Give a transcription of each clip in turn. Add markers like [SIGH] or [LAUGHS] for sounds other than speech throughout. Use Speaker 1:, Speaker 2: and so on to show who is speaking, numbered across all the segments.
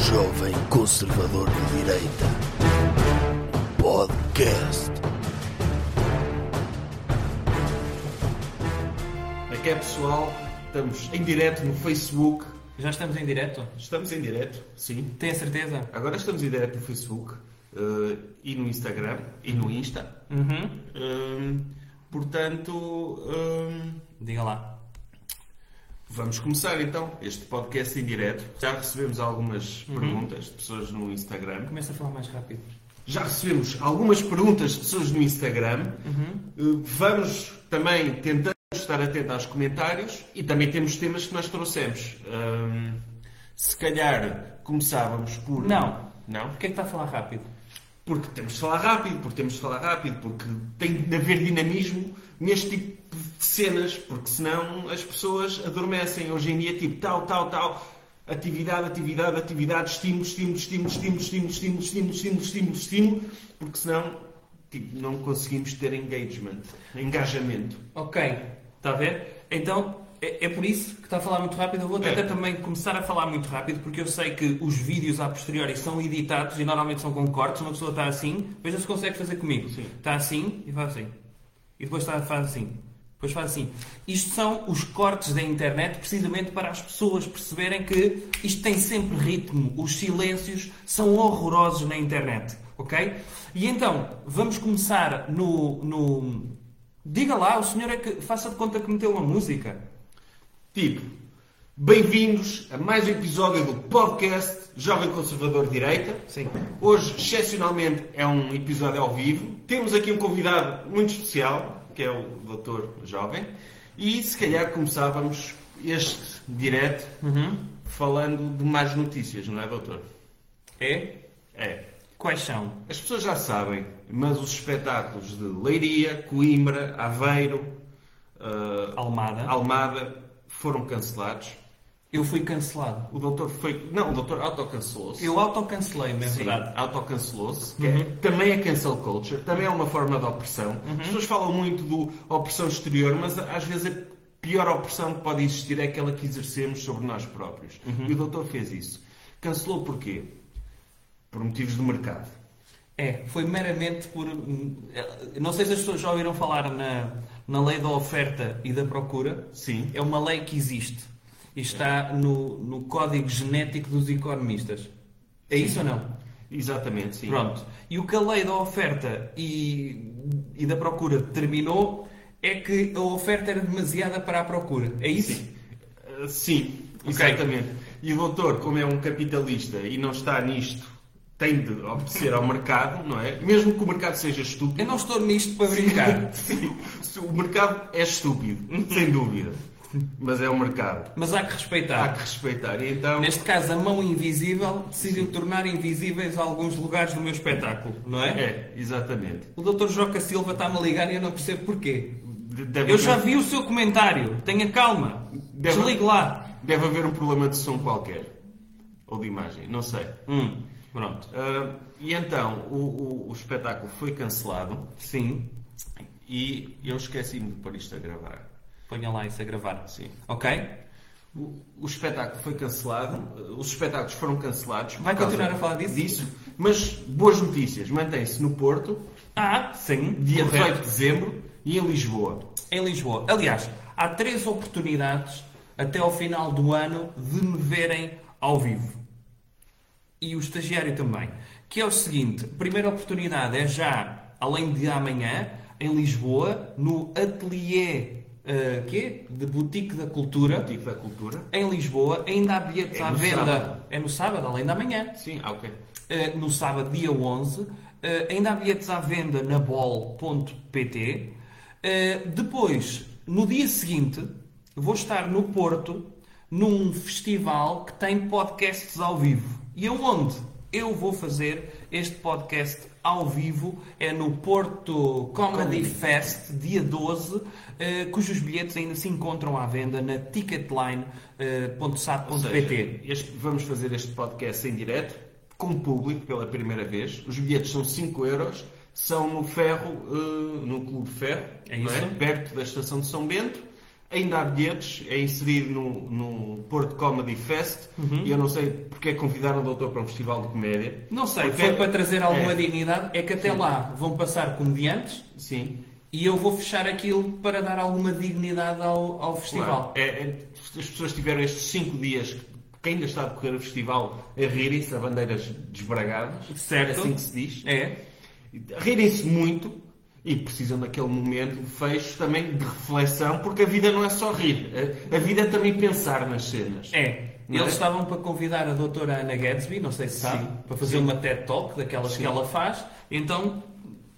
Speaker 1: Jovem Conservador de Direita. Podcast.
Speaker 2: Como é que é pessoal? Estamos em direto no Facebook.
Speaker 3: Já estamos em direto?
Speaker 2: Estamos em direto, sim.
Speaker 3: Tem a certeza?
Speaker 2: Agora estamos em direto no Facebook eh, e no Instagram e no Insta.
Speaker 3: Uhum.
Speaker 2: Hum, portanto, hum,
Speaker 3: Diga lá.
Speaker 2: vamos começar então este podcast em direto. Já recebemos algumas perguntas de pessoas no Instagram.
Speaker 3: Começa a falar mais rápido.
Speaker 2: Já recebemos algumas perguntas de pessoas no Instagram. Eh, Vamos também tentando estar atento aos comentários e também temos temas que nós trouxemos. Hum, se calhar começávamos por.
Speaker 3: Não.
Speaker 2: Não?
Speaker 3: Porquê é que está a falar rápido?
Speaker 2: Porque temos de falar rápido, porque temos de falar rápido, porque tem de haver dinamismo neste tipo de cenas, porque senão as pessoas adormecem. Hoje em dia, tipo, tal, tal, tal, atividade, atividade, atividade, estímulo, estímulo, estímulo, estímulo, estímulo, estímulo, estímulo, estímulo, estímulo, estímulo, porque senão, tipo, não conseguimos ter engagement, engajamento.
Speaker 3: Ok. Está a ver? Então, é, é por isso que está a falar muito rápido. Eu vou tentar
Speaker 2: É.
Speaker 3: também começar a falar muito rápido, porque eu sei que os vídeos a posteriori são editados e normalmente são com cortes. Uma pessoa está assim, veja se consegue fazer comigo.
Speaker 2: Sim.
Speaker 3: Está assim e faz assim. E depois está, faz assim. Depois faz assim. Isto são os cortes da internet, precisamente para as pessoas perceberem que isto tem sempre ritmo. Os silêncios são horrorosos na internet. Ok? E então, vamos começar no. no... Diga lá, o senhor é que. Faça de conta que meteu uma música.
Speaker 2: Tipo, bem-vindos a mais um episódio do podcast Jovem Conservador de Direita.
Speaker 3: Sim.
Speaker 2: Hoje, excepcionalmente, é um episódio ao vivo. Temos aqui um convidado muito especial, que é o Doutor Jovem. E se calhar começávamos este direto falando de mais notícias, não é, Doutor?
Speaker 3: É?
Speaker 2: É.
Speaker 3: Quais são?
Speaker 2: As pessoas já sabem, mas os espetáculos de Leiria, Coimbra, Aveiro, ah,
Speaker 3: Almada.
Speaker 2: Almada foram cancelados.
Speaker 3: Eu fui cancelado.
Speaker 2: O doutor foi. Não, o doutor autocancelou-se.
Speaker 3: Eu autocancelei-me, é
Speaker 2: Sim,
Speaker 3: verdade.
Speaker 2: autocancelou-se. que é-
Speaker 3: Uhum.
Speaker 2: Também é cancel culture, também é uma forma de opressão. As pessoas falam muito do opressão exterior, mas às vezes a pior opressão que pode existir é aquela que exercemos sobre nós próprios.
Speaker 3: Uhum.
Speaker 2: E o doutor fez isso. Cancelou porquê? Por motivos de mercado.
Speaker 3: É, foi meramente por. hum, eh, Não sei se as pessoas já ouviram falar na, na lei da oferta e da procura.
Speaker 2: Sim.
Speaker 3: É uma lei que existe e está no, no código genético dos economistas. É isso ou não?
Speaker 2: Exatamente, sim.
Speaker 3: Pronto. E o que a lei da oferta e, e da procura determinou é que a oferta era demasiada para a procura. É isso?
Speaker 2: Sim. Ah, sim,
Speaker 3: Ok.
Speaker 2: exatamente. E o doutor, como é um capitalista e não está nisto, tem de obedecer ao mercado, não é? Mesmo que o mercado seja estúpido.
Speaker 3: Eu não estou nisto para brincar.
Speaker 2: Sim, se o mercado é estúpido, sem dúvida. Mas é o mercado.
Speaker 3: Mas há que respeitar.
Speaker 2: Há que respeitar. E então,
Speaker 3: Neste caso, a mão invisível decidiu tornar invisíveis alguns lugares do meu espetáculo, não é?
Speaker 2: é, exatamente.
Speaker 3: O Dr. Joca Silva está-me a ligar e eu não percebo porquê.
Speaker 2: De- Deve,
Speaker 3: Eu já
Speaker 2: haver,
Speaker 3: vi o seu comentário. Tenha calma.
Speaker 2: Deve-
Speaker 3: Desligue lá.
Speaker 2: deve haver um problema de som qualquer. Ou de imagem, não sei.
Speaker 3: Hum, pronto.
Speaker 2: Ah, e então, o, o- o espetáculo foi cancelado
Speaker 3: Sim.
Speaker 2: e eu esqueci-me de pôr isto a gravar.
Speaker 3: Ponha lá isso a gravar.
Speaker 2: Sim.
Speaker 3: Ok?
Speaker 2: O, o espetáculo foi cancelado, eh, os espetáculos foram cancelados. por
Speaker 3: Vai
Speaker 2: causa
Speaker 3: continuar a falar disso?
Speaker 2: mas boas notícias. Mantém-se no Porto,
Speaker 3: Ah, sim.
Speaker 2: dia 18 de
Speaker 3: correto.
Speaker 2: dezembro, e em Lisboa.
Speaker 3: Em Lisboa. Aliás, há três oportunidades até ao final do ano de me verem ao vivo. e o estagiário também. Que é o seguinte: primeira oportunidade é já, além de amanhã, em Lisboa, no Atelier eh, quê? de Boutique da Cultura,
Speaker 2: Artigo da Cultura.
Speaker 3: em Lisboa. Ainda há bilhetes
Speaker 2: É
Speaker 3: à
Speaker 2: no
Speaker 3: venda.
Speaker 2: sábado.
Speaker 3: É no sábado, além da manhã.
Speaker 2: Sim, ah, ok.
Speaker 3: Eh, no sábado, dia 11. Eh, ainda há bilhetes à venda na bol.pt. Eh, depois, no dia seguinte, vou estar no Porto num festival que tem podcasts ao vivo. E aonde eu vou fazer este podcast ao vivo é no Porto Comedy Fest, dia 12, eh, cujos bilhetes ainda se encontram à venda na eh,
Speaker 2: Ou
Speaker 3: ticketline.sat.pt.
Speaker 2: seja, este- vamos fazer este podcast em direto, com o público, pela primeira vez. Os bilhetes são 5 euros, são no Ferro, eh, no Clube Ferro,
Speaker 3: É
Speaker 2: não
Speaker 3: isso.
Speaker 2: perto da Estação de São Bento. Ainda há bilhetes, é inserido no, no Porto Comedy Fest
Speaker 3: Uhum.
Speaker 2: e eu não sei porque é que convidaram o Doutor para um festival de comédia.
Speaker 3: Não sei,
Speaker 2: Porque
Speaker 3: foi
Speaker 2: é-
Speaker 3: para trazer alguma
Speaker 2: é.
Speaker 3: dignidade. É que até lá vão passar comediantes
Speaker 2: Sim,
Speaker 3: e eu vou fechar aquilo para dar alguma dignidade ao, ao
Speaker 2: claro.
Speaker 3: festival.
Speaker 2: É, é- as pessoas tiveram estes 5 dias que ainda está a decorrer o festival a rirem-se a bandeiras desbragadas.
Speaker 3: Certo.
Speaker 2: É assim que se diz.
Speaker 3: É.
Speaker 2: Rirem-se muito e precisam daquele momento de fecho também de reflexão, porque a vida não é só rir. A, a vida é também pensar nas cenas.
Speaker 3: É.
Speaker 2: Não
Speaker 3: Eles
Speaker 2: é?
Speaker 3: estavam para convidar a doutora Ana Gadsby, não sei se sabe,
Speaker 2: Sim.
Speaker 3: para fazer uma TED Talk daquelas que ela faz. Então,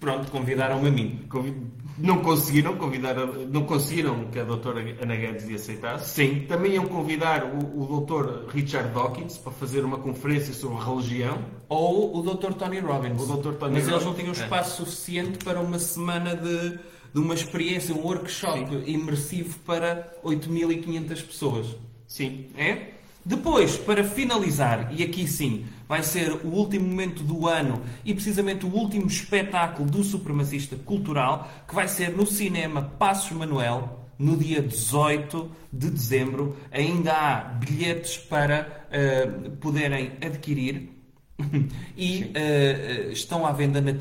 Speaker 3: pronto, convidaram-me a mim.
Speaker 2: Convi- Não conseguiram convidar, a- não conseguiram que a doutora Ana Guedes lhe aceitasse.
Speaker 3: Sim.
Speaker 2: Também iam convidar o, o doutor Richard Dawkins para fazer uma conferência sobre religião.
Speaker 3: Ou o Dr. Tony Robbins.
Speaker 2: O Dr. Tony
Speaker 3: Mas eles não
Speaker 2: Robbins.
Speaker 3: tinham
Speaker 2: É.
Speaker 3: espaço suficiente para uma semana de, de uma experiência, um workshop imersivo para 8.500 pessoas.
Speaker 2: Sim.
Speaker 3: É? Depois, para finalizar, e aqui sim, vai ser o último momento do ano e precisamente o último espetáculo do Supremacista Cultural, que vai ser no cinema Passos Manuel, no dia 18 de dezembro. Ainda há bilhetes para eh, poderem adquirir [LAUGHS] e eh, eh, estão à venda na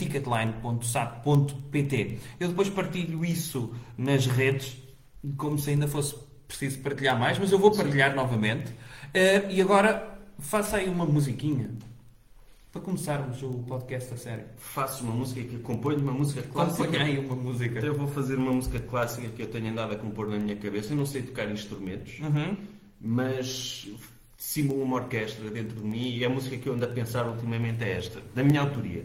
Speaker 3: ticketline.sac.pt. Eu depois partilho isso nas redes, como se ainda fosse preciso partilhar mais, mas eu vou partilhar novamente. Eh, e agora faça aí uma musiquinha para começarmos o podcast a sério.
Speaker 2: Faço uma música que acompanho, uma música clássica.
Speaker 3: Acompanha aí uma
Speaker 2: Então
Speaker 3: música.
Speaker 2: eu vou fazer uma música clássica que eu tenho andado a compor na minha cabeça. Eu não sei tocar instrumentos,
Speaker 3: Uhum.
Speaker 2: mas simulo uma orquestra dentro de mim e a música que eu ando a pensar ultimamente é esta, da minha autoria.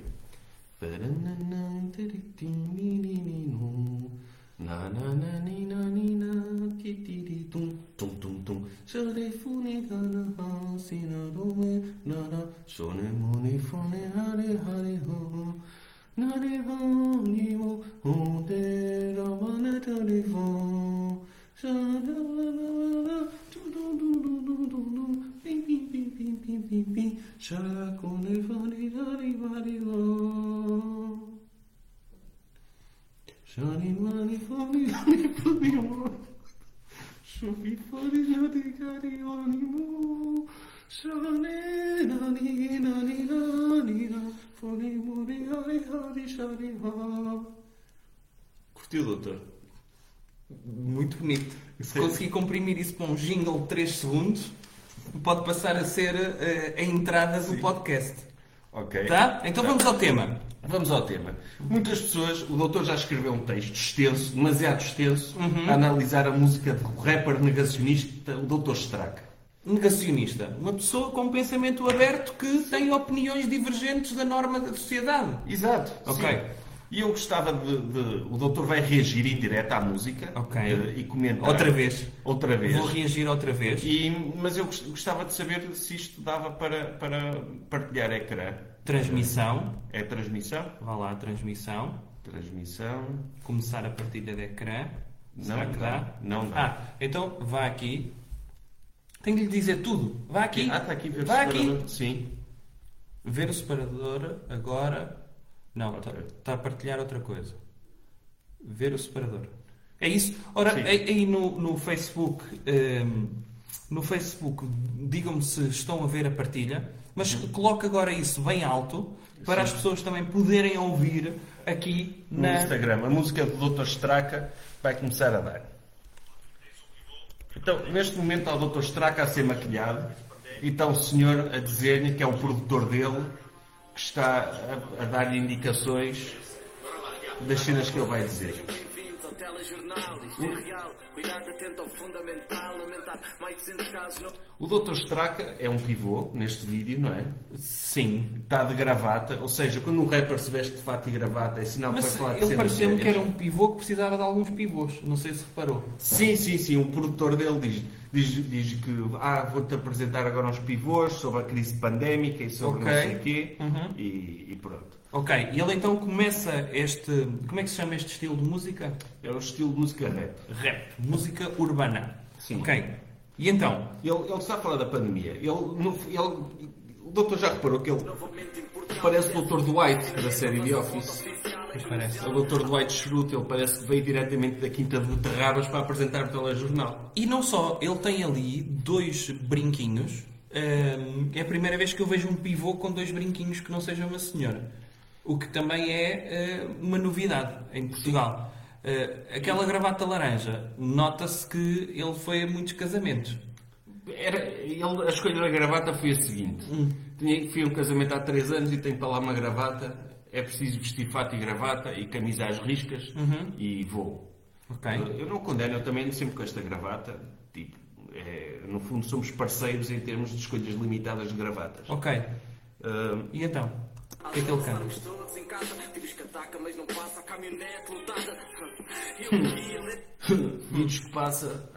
Speaker 2: Curtiu, doutor?
Speaker 3: Muito bonito. Se conseguir comprimir isso para um jingle de 3 segundos, pode passar a ser eh, a entrada do podcast.
Speaker 2: Ok.
Speaker 3: Tá? Então vamos ao tema.
Speaker 2: Vamos ao tema. Muitas pessoas, o doutor já escreveu um texto extenso, demasiado extenso,
Speaker 3: Uhum.
Speaker 2: a analisar a música do rapper negacionista, o doutor Strack.
Speaker 3: Negacionista. Uma pessoa com pensamento aberto que tem opiniões divergentes da norma da sociedade.
Speaker 2: Exato.
Speaker 3: Ok.
Speaker 2: Sim. E eu gostava de, de- O doutor vai reagir em direto à música
Speaker 3: Ok.
Speaker 2: eh, e comentar.
Speaker 3: Outra vez.
Speaker 2: Outra vez.
Speaker 3: Vou reagir outra vez.
Speaker 2: E- mas eu gost- gostava de saber se isto dava para, para partilhar ecrã.
Speaker 3: Transmissão.
Speaker 2: É transmissão?
Speaker 3: Vá lá, transmissão.
Speaker 2: Transmissão.
Speaker 3: Começar a partilha de ecrã.
Speaker 2: Não
Speaker 3: Será que
Speaker 2: dá.
Speaker 3: dá?
Speaker 2: Não dá.
Speaker 3: Ah, então vá aqui. Tenho de lhe dizer tudo. Vá tá aqui.
Speaker 2: Ah, está aqui ver
Speaker 3: vá
Speaker 2: o
Speaker 3: aqui.
Speaker 2: separador. Sim.
Speaker 3: Ver o separador agora. Não, está
Speaker 2: Ok.
Speaker 3: a partilhar outra coisa. Ver o separador. É isso? Ora,
Speaker 2: Sim.
Speaker 3: aí, aí no, no Facebook, ehm, no Facebook, digam-me se estão a ver a partilha, mas
Speaker 2: Uhum.
Speaker 3: coloque agora isso bem alto para as pessoas também poderem ouvir aqui
Speaker 2: No
Speaker 3: na.
Speaker 2: Instagram. A música do Dr. Straca vai começar a dar. Então, neste momento há o Dr. Straca a ser maquilhado e está o senhor a dizer-lhe que é o produtor dele que está a, a dar-lhe indicações das cenas que ele vai dizer.
Speaker 4: Bem-vindos ao telejornal, isto é real. Cuidado atento ao fundamental, aumentar mais de 200 casos no.
Speaker 2: O Dr. Straca é um pivô neste vídeo, não é?
Speaker 3: Sim.
Speaker 2: Está de gravata, ou seja, quando um rapper se veste de fato e gravata é sinal
Speaker 3: Mas
Speaker 2: para falar de
Speaker 3: ele
Speaker 2: cenas
Speaker 3: pareceu-me que
Speaker 2: sérias.
Speaker 3: era um pivô que precisava de alguns pivôs. Não sei se reparou.
Speaker 2: Sim, sim, sim. O produtor dele diz, diz, diz que ah, vou-te apresentar agora uns pivôs sobre a crise pandémica e sobre
Speaker 3: Ok.
Speaker 2: não sei o quê. E, e pronto.
Speaker 3: Ok, e ele então começa este. Como é que se chama este estilo de música?
Speaker 2: É o estilo de música rap.
Speaker 3: Rap, música urbana.
Speaker 2: Sim.
Speaker 3: Ok. E então?
Speaker 2: Ele, ele está a falar da pandemia. Ele, não- ele- o doutor já reparou que ele
Speaker 4: Novamente em Portugal.
Speaker 2: parece o doutor Dwight da série The Office. É
Speaker 4: Oficial,
Speaker 3: Pois parece.
Speaker 2: O Dr. Dwight Schrute, ele parece que veio diretamente da Quinta do Terrabas para apresentar o telejornal.
Speaker 3: E não só, ele tem ali dois brinquinhos. Ahm, é a primeira vez que eu vejo um pivô com dois brinquinhos que não seja uma senhora. O que também é ah, uma novidade em Portugal. Ah, aquela gravata laranja, nota-se que ele foi a muitos casamentos.
Speaker 2: Era, ele- a escolha da gravata foi a seguinte. Tinha, fui a um casamento há 3 anos e tenho para lá uma gravata. É preciso vestir fato e gravata e camisa às riscas e vou.
Speaker 3: Ok?
Speaker 2: Eu- Eu não condeno, eu também sempre com esta gravata. Tipo, é, no fundo somos parceiros em termos de escolhas limitadas de
Speaker 3: [LAUGHS]
Speaker 2: gravatas.
Speaker 3: Ok.
Speaker 2: Ah,
Speaker 3: E então? O que é que ele canta?
Speaker 4: Estamos todos em casa, temos cataca, mas não passa, caminhonete lotada. Eu vi, ele- é
Speaker 2: Vídeos que passa,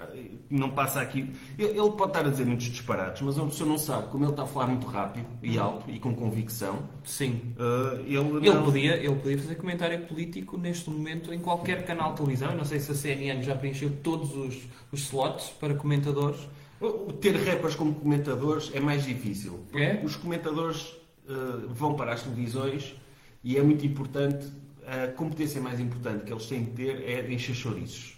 Speaker 2: não passa aqui. Ele ele pode estar a dizer muitos disparates, mas uma pessoa não sabe. Como ele está a falar muito rápido e alto e com convicção,
Speaker 3: Sim.
Speaker 2: ah, ele,
Speaker 3: Ele
Speaker 2: não-
Speaker 3: podia, ele podia fazer comentário político neste momento em qualquer canal de televisão. Eu não sei se a CNN já preencheu todos os, os slots para comentadores.
Speaker 2: O- o Ter rappers como comentadores é mais difícil.
Speaker 3: É?
Speaker 2: Os comentadores ah, vão para as televisões e é muito importante, a competência é mais importante que eles têm de ter é de encher chouriços.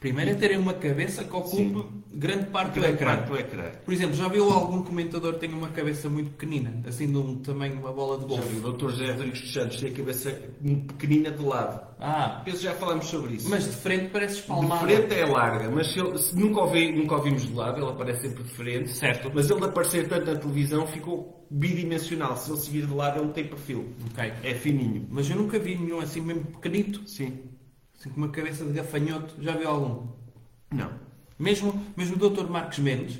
Speaker 3: Primeiro é terem uma cabeça que ocupe grande parte do
Speaker 2: Grande
Speaker 3: ecrã.
Speaker 2: parte do ecrã.
Speaker 3: Por exemplo, já viu algum comentador que tem uma cabeça muito pequenina? Assim de um tamanho, de uma bola de
Speaker 2: Já
Speaker 3: golfe?
Speaker 2: vi o Dr. José Rodrigues dos Santos tem a cabeça pequenina de lado.
Speaker 3: Ah,
Speaker 2: Penso já falámos sobre isso.
Speaker 3: mas de frente parece espalmado.
Speaker 2: De frente é larga, mas se ele- se nunca, ouvi, nunca ouvimos de lado, ele aparece sempre de frente.
Speaker 3: Certo.
Speaker 2: Mas ele de aparecer tanto na televisão ficou bidimensional. Se ele se vir de lado, ele não tem perfil.
Speaker 3: Ok.
Speaker 2: É fininho.
Speaker 3: Mas eu nunca vi nenhum assim mesmo pequenito.
Speaker 2: Sim.
Speaker 3: Assim com uma cabeça de gafanhoto. Já viu algum?
Speaker 2: Não.
Speaker 3: Mesmo, mesmo o Dr. Marcos Mendes,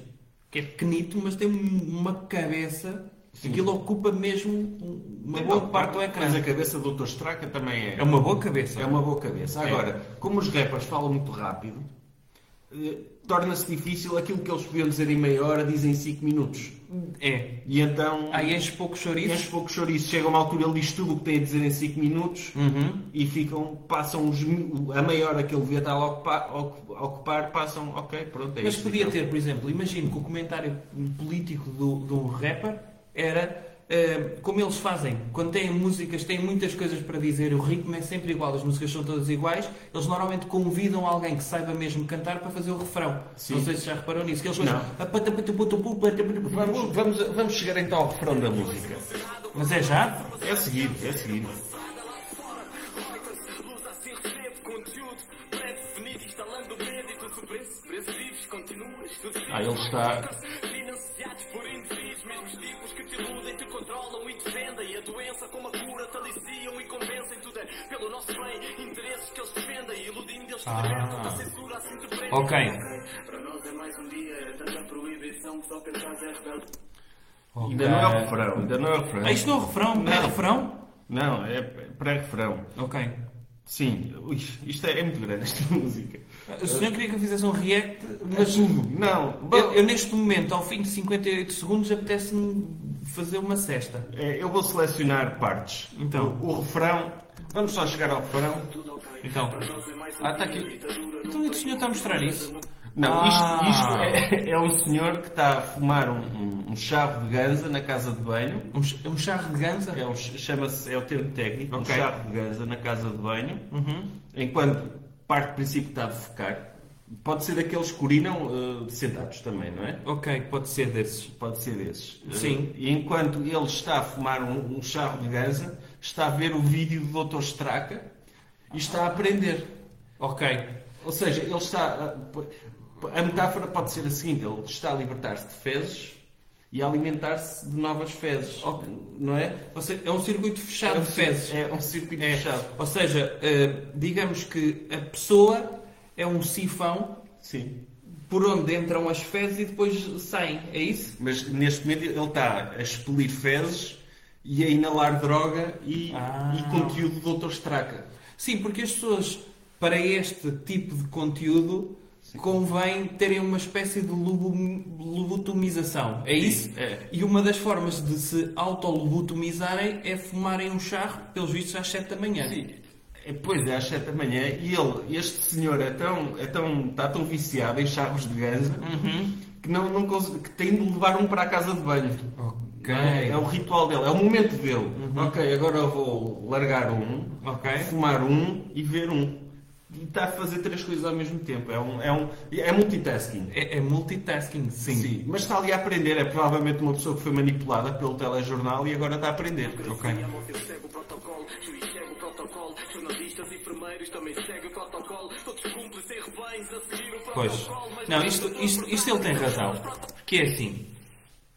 Speaker 3: que é pequenito, mas tem um- uma cabeça que aquilo ocupa mesmo um- uma
Speaker 2: Tem
Speaker 3: boa
Speaker 2: uma-
Speaker 3: parte do ecrã.
Speaker 2: Então, Mas a cabeça do Dr. Straca também é.
Speaker 3: É uma boa cabeça.
Speaker 2: É uma boa cabeça.
Speaker 3: É.
Speaker 2: Agora, como os rappers falam muito rápido, eh, torna-se difícil aquilo que eles podiam dizer em meia hora, dizem em 5 minutos.
Speaker 3: É.
Speaker 2: E então.
Speaker 3: Aí enche poucos chouriços.
Speaker 2: Estes poucos chouriços chegam a uma altura, ele diz tudo o que tem a dizer em 5 minutos
Speaker 3: Uhum.
Speaker 2: e ficam, passam os, mi- a meia hora que ele devia estar a ocupar, ocu- a ocupar, passam, ok, pronto, é
Speaker 3: Mas
Speaker 2: isto.
Speaker 3: podia
Speaker 2: Então,
Speaker 3: ter, por exemplo, imagino que o comentário político do, de um rapper era eh, como eles fazem, quando têm músicas, têm muitas coisas para dizer, o ritmo é sempre igual, as músicas são todas iguais, eles normalmente convidam alguém que saiba mesmo cantar para fazer o refrão.
Speaker 2: Sim.
Speaker 3: Não sei se já reparou nisso, que eles
Speaker 2: Não.
Speaker 3: fazem.
Speaker 2: Vamos, vamos, vamos chegar então ao refrão da música.
Speaker 3: Mas é já?
Speaker 2: É o seguinte, é o seguinte.
Speaker 4: Luz assim recebe conteúdo pré-definido, instalando medo e tu surpreso. Presos continuas, tu
Speaker 2: Ah, ele está.
Speaker 4: Financiados por indivíduos, mesmos tipos que te iludem, te controlam e te vendem. A doença como a cura te aliciam e convencem tudo é pelo nosso bem. Interesses que eles defendem, iludindo eles te
Speaker 3: Ah.
Speaker 4: libertam da censura, assim te prendem.
Speaker 3: Ok.
Speaker 4: Para nós é mais um dia, tanta proibição que só pensás é rebelde.
Speaker 2: Ainda não é o refrão, ainda não é o refrão.
Speaker 3: Ah, isto não é o refrão? Não é refrão?
Speaker 2: Não, é pré-refrão.
Speaker 3: Ok.
Speaker 2: Sim, ui, isto é, é muito grande, esta [LAUGHS] música.
Speaker 3: O senhor queria que eu fizesse um react, mas
Speaker 2: Tudo, não. bom,
Speaker 3: eu, eu neste momento, ao fim de 58 segundos, apetece-me fazer uma cesta.
Speaker 2: é, eu vou selecionar partes.
Speaker 3: Então.
Speaker 2: o, o refrão. Vamos só chegar ao refrão.
Speaker 3: Então.
Speaker 2: Ah, está aqui.
Speaker 3: Então e o senhor está a mostrar isso?
Speaker 2: Não,
Speaker 3: Ah.
Speaker 2: isto, isto é, é um senhor que está a fumar um, um, um chave de ganza na casa de banho.
Speaker 3: Um, ch- um charro de ganza?
Speaker 2: É, um, ch- chama-se, é o termo técnico, um
Speaker 3: Ok.
Speaker 2: chave de ganza na casa de banho. Enquanto parte do princípio está a defecar. Pode ser daqueles que urinam eh, sentados também, não é?
Speaker 3: Ok, pode ser desses.
Speaker 2: Pode ser desses.
Speaker 3: Sim.
Speaker 2: Eh, E enquanto ele está a fumar um, um charro de ganza, está a ver o vídeo do Dr. Straca e está a aprender.
Speaker 3: Ok.
Speaker 2: Ou seja, ele está. A, a metáfora pode ser a seguinte: ele está a libertar-se de fezes e a alimentar-se de novas fezes. Não é?
Speaker 3: Ou seja, é um circuito fechado
Speaker 2: É um
Speaker 3: de fezes.
Speaker 2: É um circuito fechado.
Speaker 3: Ou seja, eh, digamos que a pessoa é um sifão
Speaker 2: Sim.
Speaker 3: por onde entram as fezes e depois saem. É isso?
Speaker 2: Mas neste momento ele está a expelir fezes e a inalar droga e,
Speaker 3: Ah.
Speaker 2: e conteúdo do Dr. Straca.
Speaker 3: Sim, porque as pessoas, para este tipo de conteúdo, convém terem uma espécie de lobo- lobotomização. É isso?
Speaker 2: é.
Speaker 3: E uma das formas de se autolobotomizarem é fumarem um charro, pelos vistos, às 7 da manhã.
Speaker 2: Sim. É, Pois é, às 7 da manhã, e ele, este senhor é tão, é tão, está tão
Speaker 3: Uhum.
Speaker 2: viciado em charros de ganza que, não, não cons- que tem de levar um para a casa de banho.
Speaker 3: Ok. Ok.
Speaker 2: É o ritual dele, é o momento dele. Ok, agora eu vou largar um,
Speaker 3: Ok.
Speaker 2: fumar um e ver um. E está a fazer três coisas ao mesmo tempo. É, um, é, um, é multitasking.
Speaker 3: É, é multitasking, sim.
Speaker 2: Sim, mas está ali a aprender. É provavelmente uma pessoa que foi manipulada pelo telejornal e agora está a aprender.
Speaker 3: Ok.
Speaker 4: Eu segue o protocolo, juiz segue o protocolo, jornalistas e enfermeiros também seguem o protocolo, todos cúmplices e reféns a seguir o
Speaker 3: Pois.
Speaker 4: protocolo. mas
Speaker 3: Não, isto, isto, isto ele tem razão. Que é assim: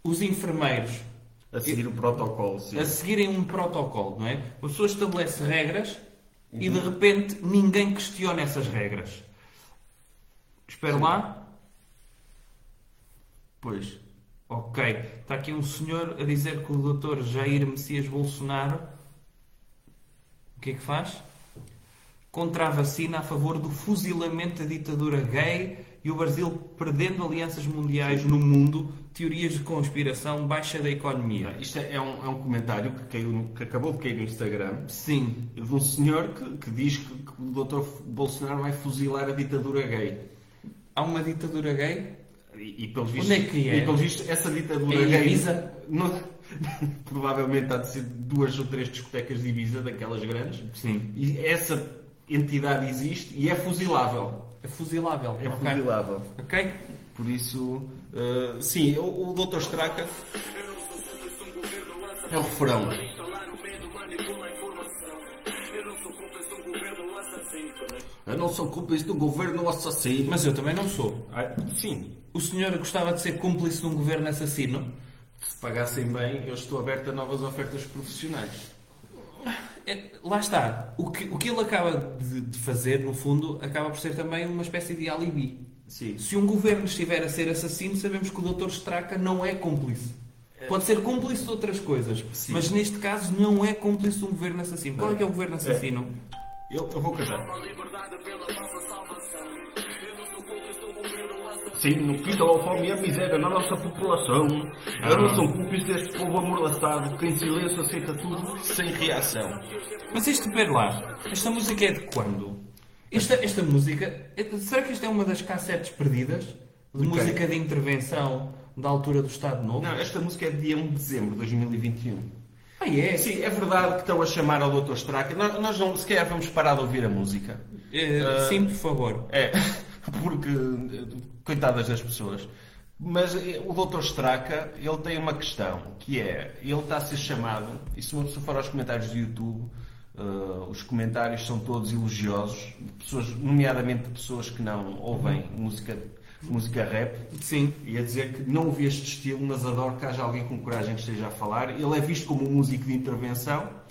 Speaker 3: os enfermeiros
Speaker 2: A seguir o protocolo, sim.
Speaker 3: a seguirem um protocolo, não é? Uma pessoa estabelece regras e de repente ninguém questiona essas regras. Espera lá. Pois. Ok. Está aqui um senhor a dizer que o doutor Jair Messias Bolsonaro o que é que faz? Contra a vacina a favor do fuzilamento da ditadura gay e o Brasil perdendo alianças mundiais no mundo, teorias de conspiração, baixa da economia.
Speaker 2: Isto é é um, é um comentário que, caiu no- que acabou de cair no Instagram
Speaker 3: Sim,
Speaker 2: de um senhor que, que diz que, que o Dr. Bolsonaro vai fuzilar a ditadura gay.
Speaker 3: há uma ditadura gay?
Speaker 2: E, e pelos
Speaker 3: Onde
Speaker 2: vistos,
Speaker 3: é que é?
Speaker 2: E pelos vistos, essa ditadura
Speaker 3: É em
Speaker 2: gay.
Speaker 3: Ibiza?
Speaker 2: não- [LAUGHS] provavelmente há de ser duas ou três discotecas de Ibiza, daquelas grandes.
Speaker 3: Sim.
Speaker 2: E essa entidade existe e é fuzilável.
Speaker 3: É fuzilável.
Speaker 2: É
Speaker 3: ok.
Speaker 2: fuzilável.
Speaker 3: Ok?
Speaker 2: Por isso, eh, sim, o, o Dr. Straca é o refrão. Eu não sou cúmplice de um governo assassino.
Speaker 3: Mas eu também não sou.
Speaker 2: Ah, sim,
Speaker 3: O senhor gostava de ser cúmplice de um governo assassino?
Speaker 2: se pagassem bem, eu estou aberto a novas ofertas profissionais.
Speaker 3: É, lá está. O que, o que ele acaba de, de fazer, no fundo, acaba por ser também uma espécie de alibi.
Speaker 2: Sim.
Speaker 3: Se um governo estiver a ser assassino, sabemos que o Dr. Straca não é cúmplice. Pode ser cúmplice de outras coisas,
Speaker 2: Sim.
Speaker 3: mas neste caso não é cúmplice de um governo assassino. Qual é que é o governo assassino?
Speaker 2: Eu, eu vou casar. Sim, no quinto ao fome e a miséria na nossa população. Eu não sou cúmplice deste povo amorlaçado que em silêncio aceita tudo sem reação.
Speaker 3: Mas isto, pera lá, esta música é de quando? Esta, esta música, é- será que isto é uma das cassetes perdidas? De música de intervenção da altura do Estado Novo?
Speaker 2: Não, esta música é de dia 1 de dezembro de 2021.
Speaker 3: Ah, é?
Speaker 2: Sim, é verdade que estão a chamar ao Dr. Straca. Nós, nós não, se calhar vamos parar de ouvir a música.
Speaker 3: Eh,
Speaker 2: Ah.
Speaker 3: sim, por favor.
Speaker 2: É, [LAUGHS] porque eh, coitadas das pessoas. Mas eh, o Dr. Straca, ele tem uma questão, que é, ele está a ser chamado, e se uma pessoa for aos comentários do YouTube, eh, os comentários são todos elogiosos, de pessoas, nomeadamente de pessoas que não ouvem música, música rap,
Speaker 3: Sim.
Speaker 2: e a dizer que não ouvi este estilo, mas adoro que haja alguém com coragem que esteja a falar. Ele é visto como um músico de intervenção,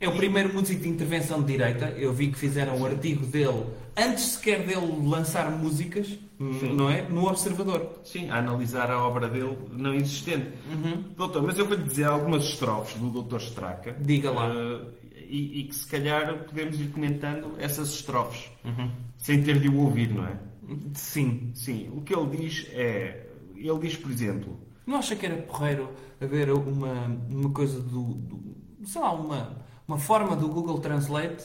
Speaker 3: É o primeiro músico de intervenção de direita. Eu vi que fizeram um artigo dele, antes sequer dele lançar músicas, não é? No Observador.
Speaker 2: Sim, a analisar a obra dele não existente.
Speaker 3: Uhum.
Speaker 2: Doutor, mas eu vou lhe dizer algumas estrofes do Doutor Straca.
Speaker 3: Diga lá.
Speaker 2: Eh, e, e que se calhar podemos ir comentando essas estrofes.
Speaker 3: Uhum.
Speaker 2: Sem ter de o ouvir, não é?
Speaker 3: Sim.
Speaker 2: Sim, o que ele diz é. Ele diz, por exemplo.
Speaker 3: Não acha que era porreiro haver uma, uma coisa do, do- sei lá, uma, uma forma do Google Translate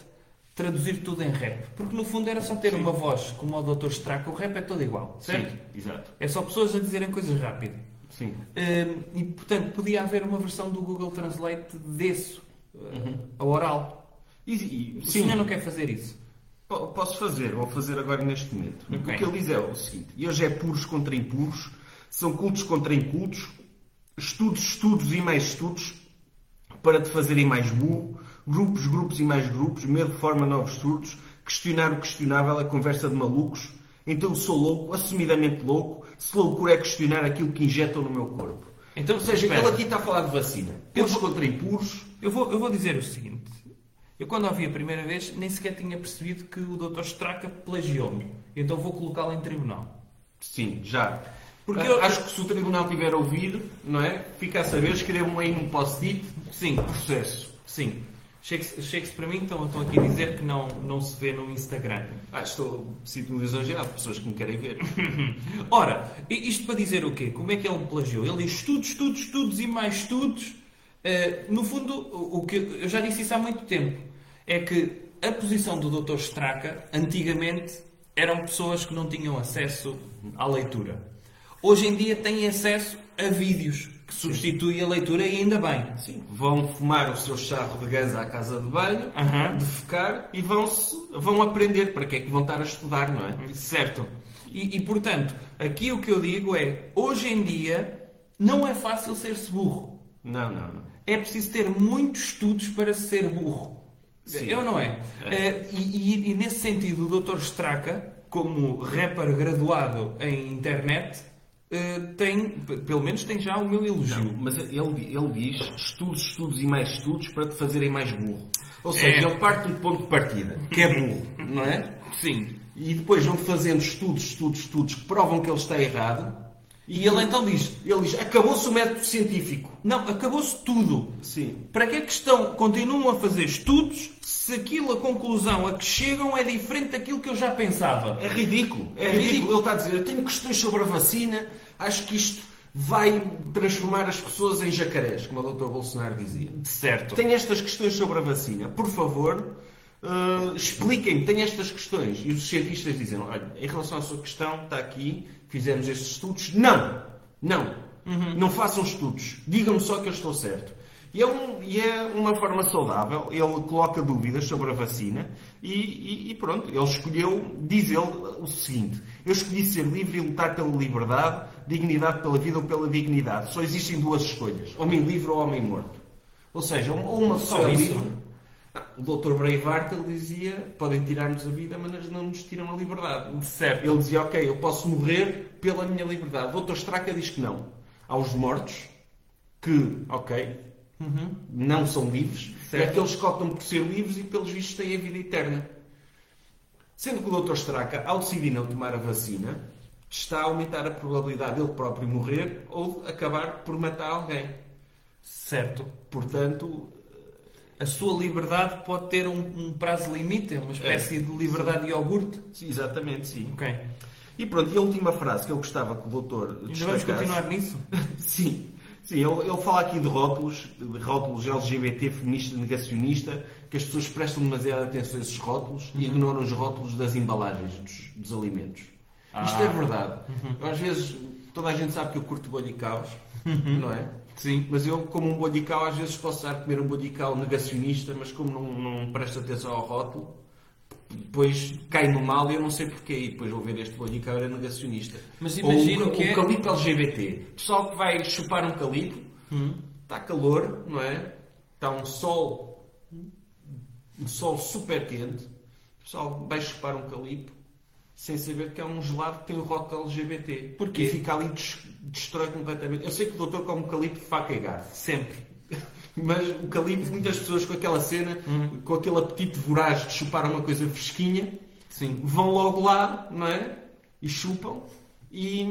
Speaker 3: traduzir tudo em rap? Porque no fundo era só ter uma voz como o Dr. Straco, o rap é todo igual, certo?
Speaker 2: Sim, exato.
Speaker 3: É só pessoas a dizerem coisas rápido.
Speaker 2: Sim.
Speaker 3: Hum, e portanto podia haver uma versão do Google Translate desse, uh, a oral.
Speaker 2: E- e-
Speaker 3: O
Speaker 2: sim,
Speaker 3: senhor não quer fazer isso.
Speaker 2: po- posso fazer, vou fazer agora neste momento.
Speaker 3: Ok.
Speaker 2: O que ele diz é o seguinte: e hoje é puros contra impuros, são cultos contra incultos, estudos, estudos e mais estudos, para te fazerem mais burro, grupos, grupos e mais grupos, medo forma novos surdos, questionar o questionável é conversa de malucos, então sou louco, assumidamente louco, se loucura é questionar aquilo que injetam no meu corpo.
Speaker 3: Então,
Speaker 2: Ou seja,
Speaker 3: espera.
Speaker 2: ele aqui está a falar de vacina. Puros contra impuros,
Speaker 3: Eu vou, eu vou dizer o seguinte. Eu quando a ouvi a primeira vez nem sequer tinha percebido que o Dr. Straca plagiou-me. Então vou colocá-lo em tribunal.
Speaker 2: sim, já. Porque
Speaker 3: Ah,
Speaker 2: eu acho que se o tribunal tiver ouvido, não é? Fica a saber, escrevam aí um post-it,
Speaker 3: Sim,
Speaker 2: processo.
Speaker 3: sim. Chegue-se chegue-se para mim, então estão aqui a dizer que não, não se vê no Instagram.
Speaker 2: Ah, estou, sinto-me exagerado, pessoas que me querem ver.
Speaker 3: Ora, i- isto para dizer o quê? Como é que ele plagiou? Ele diz estudos, estudos, estudos e mais estudos. Uh, no fundo, o o que eu já disse isso há muito tempo, é que a posição do Dr. Straca, antigamente, eram pessoas que não tinham acesso à leitura. Hoje em dia têm acesso a vídeos, que substitui a leitura e ainda bem.
Speaker 2: Sim. Vão fumar o seu charro de ganza à casa de banho,
Speaker 3: Aham.
Speaker 2: defecar e vão, vão aprender para que é que vão estar a estudar, não é? Certo.
Speaker 3: E, e, portanto, aqui o que eu digo é, hoje em dia não é fácil ser-se burro.
Speaker 2: Não, não, não.
Speaker 3: É preciso ter muitos estudos para ser burro.
Speaker 2: Sim.
Speaker 3: Eu não é. Eh, e, e- e nesse sentido, o Dr. Straka, como rapper graduado em internet, eh, tem, p- pelo menos tem já o meu elogio.
Speaker 2: Mas ele, ele diz estudos, estudos e mais estudos para te fazerem mais burro. Ou seja,
Speaker 3: É.
Speaker 2: ele parte de um ponto de partida, que é burro, não é?
Speaker 3: Sim.
Speaker 2: E depois vão fazendo estudos, estudos, estudos que provam que ele está errado.
Speaker 3: E ele então diz,
Speaker 2: Ele diz, acabou-se o método científico.
Speaker 3: não, acabou-se tudo.
Speaker 2: Sim.
Speaker 3: Para que é que estão, continuam a fazer estudos se aquilo, a conclusão a que chegam é diferente daquilo que eu já pensava?
Speaker 2: É ridículo. É,
Speaker 3: É
Speaker 2: ridículo.
Speaker 3: ridículo.
Speaker 2: Ele está a dizer, eu tenho questões sobre a vacina, acho que isto vai transformar as pessoas em jacarés, como o Dr. Bolsonaro dizia.
Speaker 3: Certo.
Speaker 2: Tenho estas questões sobre a vacina. Por favor, eh, expliquem-me. Tenho estas questões. E os cientistas dizem, olha, em relação à sua questão, está aqui, fizemos estes estudos. Não! Não! Não façam estudos. Digam-me só que eu estou certo. E é, um- e é uma forma saudável. Ele coloca dúvidas sobre a vacina e, e- e pronto, ele escolheu, diz ele, o seguinte. Eu escolhi ser livre e lutar pela liberdade, dignidade pela vida ou pela dignidade. Só existem duas escolhas. Homem livre ou homem morto. Ou seja, um- ou uma pessoa
Speaker 3: Só isso?
Speaker 2: livre. Ah, O Dr. Breivart ele dizia: podem tirar-nos a vida, mas não nos tiram a liberdade.
Speaker 3: Certo.
Speaker 2: Ele dizia: ok, eu posso morrer pela minha liberdade. O Dr. Straka diz que não. Há os mortos que, ok, não são livres,
Speaker 3: Uhum. Certo.
Speaker 2: é aqueles que optam por ser livres e, pelos vistos, têm a vida eterna. Sendo que o Dr. Straka, ao decidir não tomar a vacina, está a aumentar a probabilidade dele próprio morrer ou acabar por matar alguém.
Speaker 3: Certo.
Speaker 2: Portanto,
Speaker 3: A sua liberdade pode ter um, um prazo limite, é uma espécie de liberdade de iogurte.
Speaker 2: Sim, exatamente, sim.
Speaker 3: Ok.
Speaker 2: E pronto, e a última frase que eu gostava que o doutor
Speaker 3: Ainda vamos continuar nisso?
Speaker 2: Sim, sim ele, ele fala aqui de rótulos, de rótulos LGBT, feminista, negacionista, que as pessoas prestam demasiada atenção a esses rótulos
Speaker 3: Uhum.
Speaker 2: e ignoram os rótulos das embalagens dos, dos alimentos. Isto
Speaker 3: Ah.
Speaker 2: é verdade.
Speaker 3: Uhum.
Speaker 2: Eu, às vezes, toda a gente sabe que eu curto bolho e caos,
Speaker 3: Uhum.
Speaker 2: não é?
Speaker 3: Sim.
Speaker 2: Mas eu, como um bodical, às vezes posso estar a comer um bodical negacionista, mas como não, não presto atenção ao rótulo, depois cai no mal e eu não sei porquê. E depois vou ver este bodical era negacionista.
Speaker 3: Mas imagino
Speaker 2: Ou o,
Speaker 3: que
Speaker 2: o
Speaker 3: é-
Speaker 2: calipo LGBT. O pessoal que vai chupar um calipo,
Speaker 3: Hum?
Speaker 2: está calor, não é? Está um sol, um sol super quente. O pessoal vai chupar um calipo sem saber que é um gelado que tem o rótulo LGBT.
Speaker 3: Porquê?
Speaker 2: E fica ali, des- destrói completamente. Eu sei que o doutor come calipo de faca e garfo. [LAUGHS]
Speaker 3: Sempre.
Speaker 2: Mas o calipo, muitas pessoas com aquela cena,
Speaker 3: Hum.
Speaker 2: com aquele apetite voraz de chupar uma coisa fresquinha,
Speaker 3: Sim.
Speaker 2: vão logo lá, não é? E chupam. E,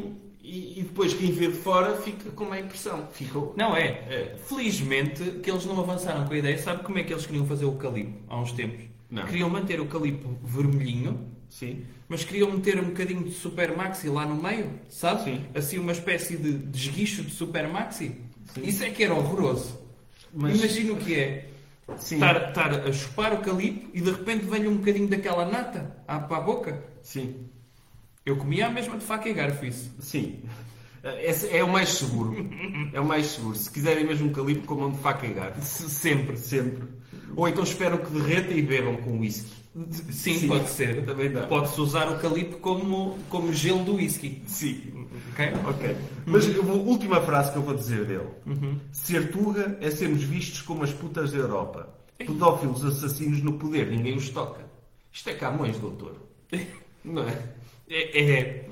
Speaker 2: e, e depois quem vê de fora fica com má impressão. Ficou.
Speaker 3: Não é.
Speaker 2: É.
Speaker 3: Felizmente que eles não avançaram com a ideia. Sabe como é que eles queriam fazer o calipo há uns tempos?
Speaker 2: Não.
Speaker 3: Queriam manter o calipo vermelhinho,
Speaker 2: Sim.
Speaker 3: mas queriam meter um bocadinho de super maxi lá no meio, sabe?
Speaker 2: Sim.
Speaker 3: Assim uma espécie de desguicho de super maxi. Isso é que era horroroso.
Speaker 2: Mas-
Speaker 3: Imagina o que é.
Speaker 2: Sim.
Speaker 3: Estar, estar a chupar o calipo e de repente vem um bocadinho daquela nata à, para a boca.
Speaker 2: Sim.
Speaker 3: Eu comia a mesma de faca e garfo isso.
Speaker 2: Sim. [LAUGHS] Esse é o mais seguro. É o mais seguro. Se quiserem mesmo calipo, comam de faca e garfo.
Speaker 3: Se- sempre.
Speaker 2: Sempre. Ou então esperam que derreta e bebam com whisky.
Speaker 3: Sim,
Speaker 2: Sim.
Speaker 3: pode ser.
Speaker 2: Também dá.
Speaker 3: Pode-se usar o calipo como, como gelo do whisky.
Speaker 2: Sim.
Speaker 3: Ok?
Speaker 2: Ok. Mas eu vou- última frase que eu vou dizer dele. Ser Tuga é sermos vistos como as putas da Europa. Pedófilos assassinos no poder, ninguém os toca. Isto é Camões, doutor. Não é?
Speaker 3: É, é,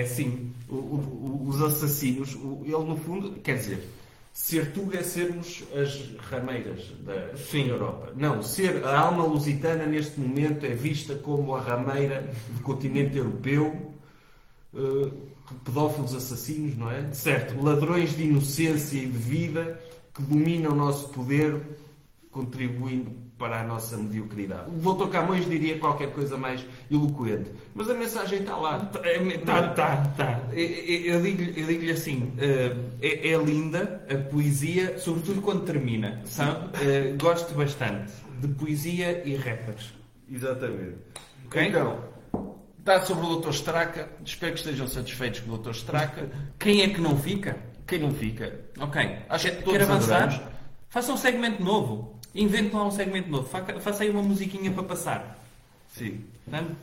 Speaker 3: é sim.
Speaker 2: O- o- o- os assassinos, o- ele no fundo, quer dizer, ser Tuga é sermos as rameiras da
Speaker 3: Sim.
Speaker 2: Europa. Não, ser a alma lusitana neste momento é vista como a rameira do continente europeu. eh, pedófilos assassinos, não é?
Speaker 3: Certo.
Speaker 2: Ladrões de inocência e de vida que dominam o nosso poder, contribuindo para a nossa mediocridade. O doutor Camões diria qualquer coisa mais eloquente, mas a mensagem está lá.
Speaker 3: Tá, tá, tá. Eu- Eu eu digo-lhe eu digo-lhe assim: eh, é, é linda a poesia, sobretudo quando termina, sabe? Eh, gosto bastante de poesia e rappers.
Speaker 2: Exatamente.
Speaker 3: Ok?
Speaker 2: Então, está sobre o Dr. Straca. Espero que estejam satisfeitos com o Dr. Straca.
Speaker 3: Quem é que não fica?
Speaker 2: Quem não fica?
Speaker 3: Ok.
Speaker 2: Acho que
Speaker 3: Quer-
Speaker 2: todos
Speaker 3: Quer avançar?
Speaker 2: adoramos.
Speaker 3: Faça um segmento novo. Invente lá um segmento novo. Faca- Faça aí uma musiquinha para passar. Tá?
Speaker 2: Sim.
Speaker 3: Portanto,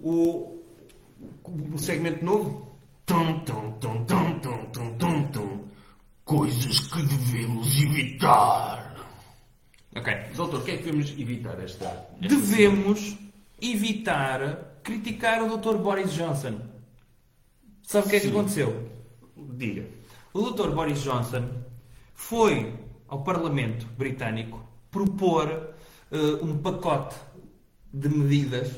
Speaker 2: O, o segmento novo. Tum, tum, tum, tum, tum, tum, tum, tum. Coisas que devemos evitar.
Speaker 3: Ok.
Speaker 2: Doutor, o que é que devemos evitar esta? esta
Speaker 3: Devemos evitar criticar o Dr. Boris Johnson. Sabe o que é que
Speaker 2: Sim.
Speaker 3: aconteceu?
Speaker 2: Diga.
Speaker 3: O Dr. Boris Johnson foi ao Parlamento Britânico propor eh, um pacote de medidas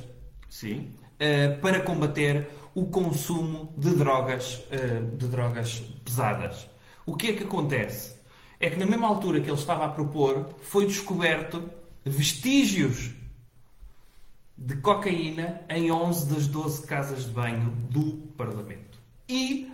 Speaker 2: Sim.
Speaker 3: eh, para combater o consumo de drogas, eh, de drogas pesadas. O que é que acontece? É que na mesma altura que ele estava a propor, foi descoberto vestígios de cocaína em 11 das 12 casas de banho do Parlamento. E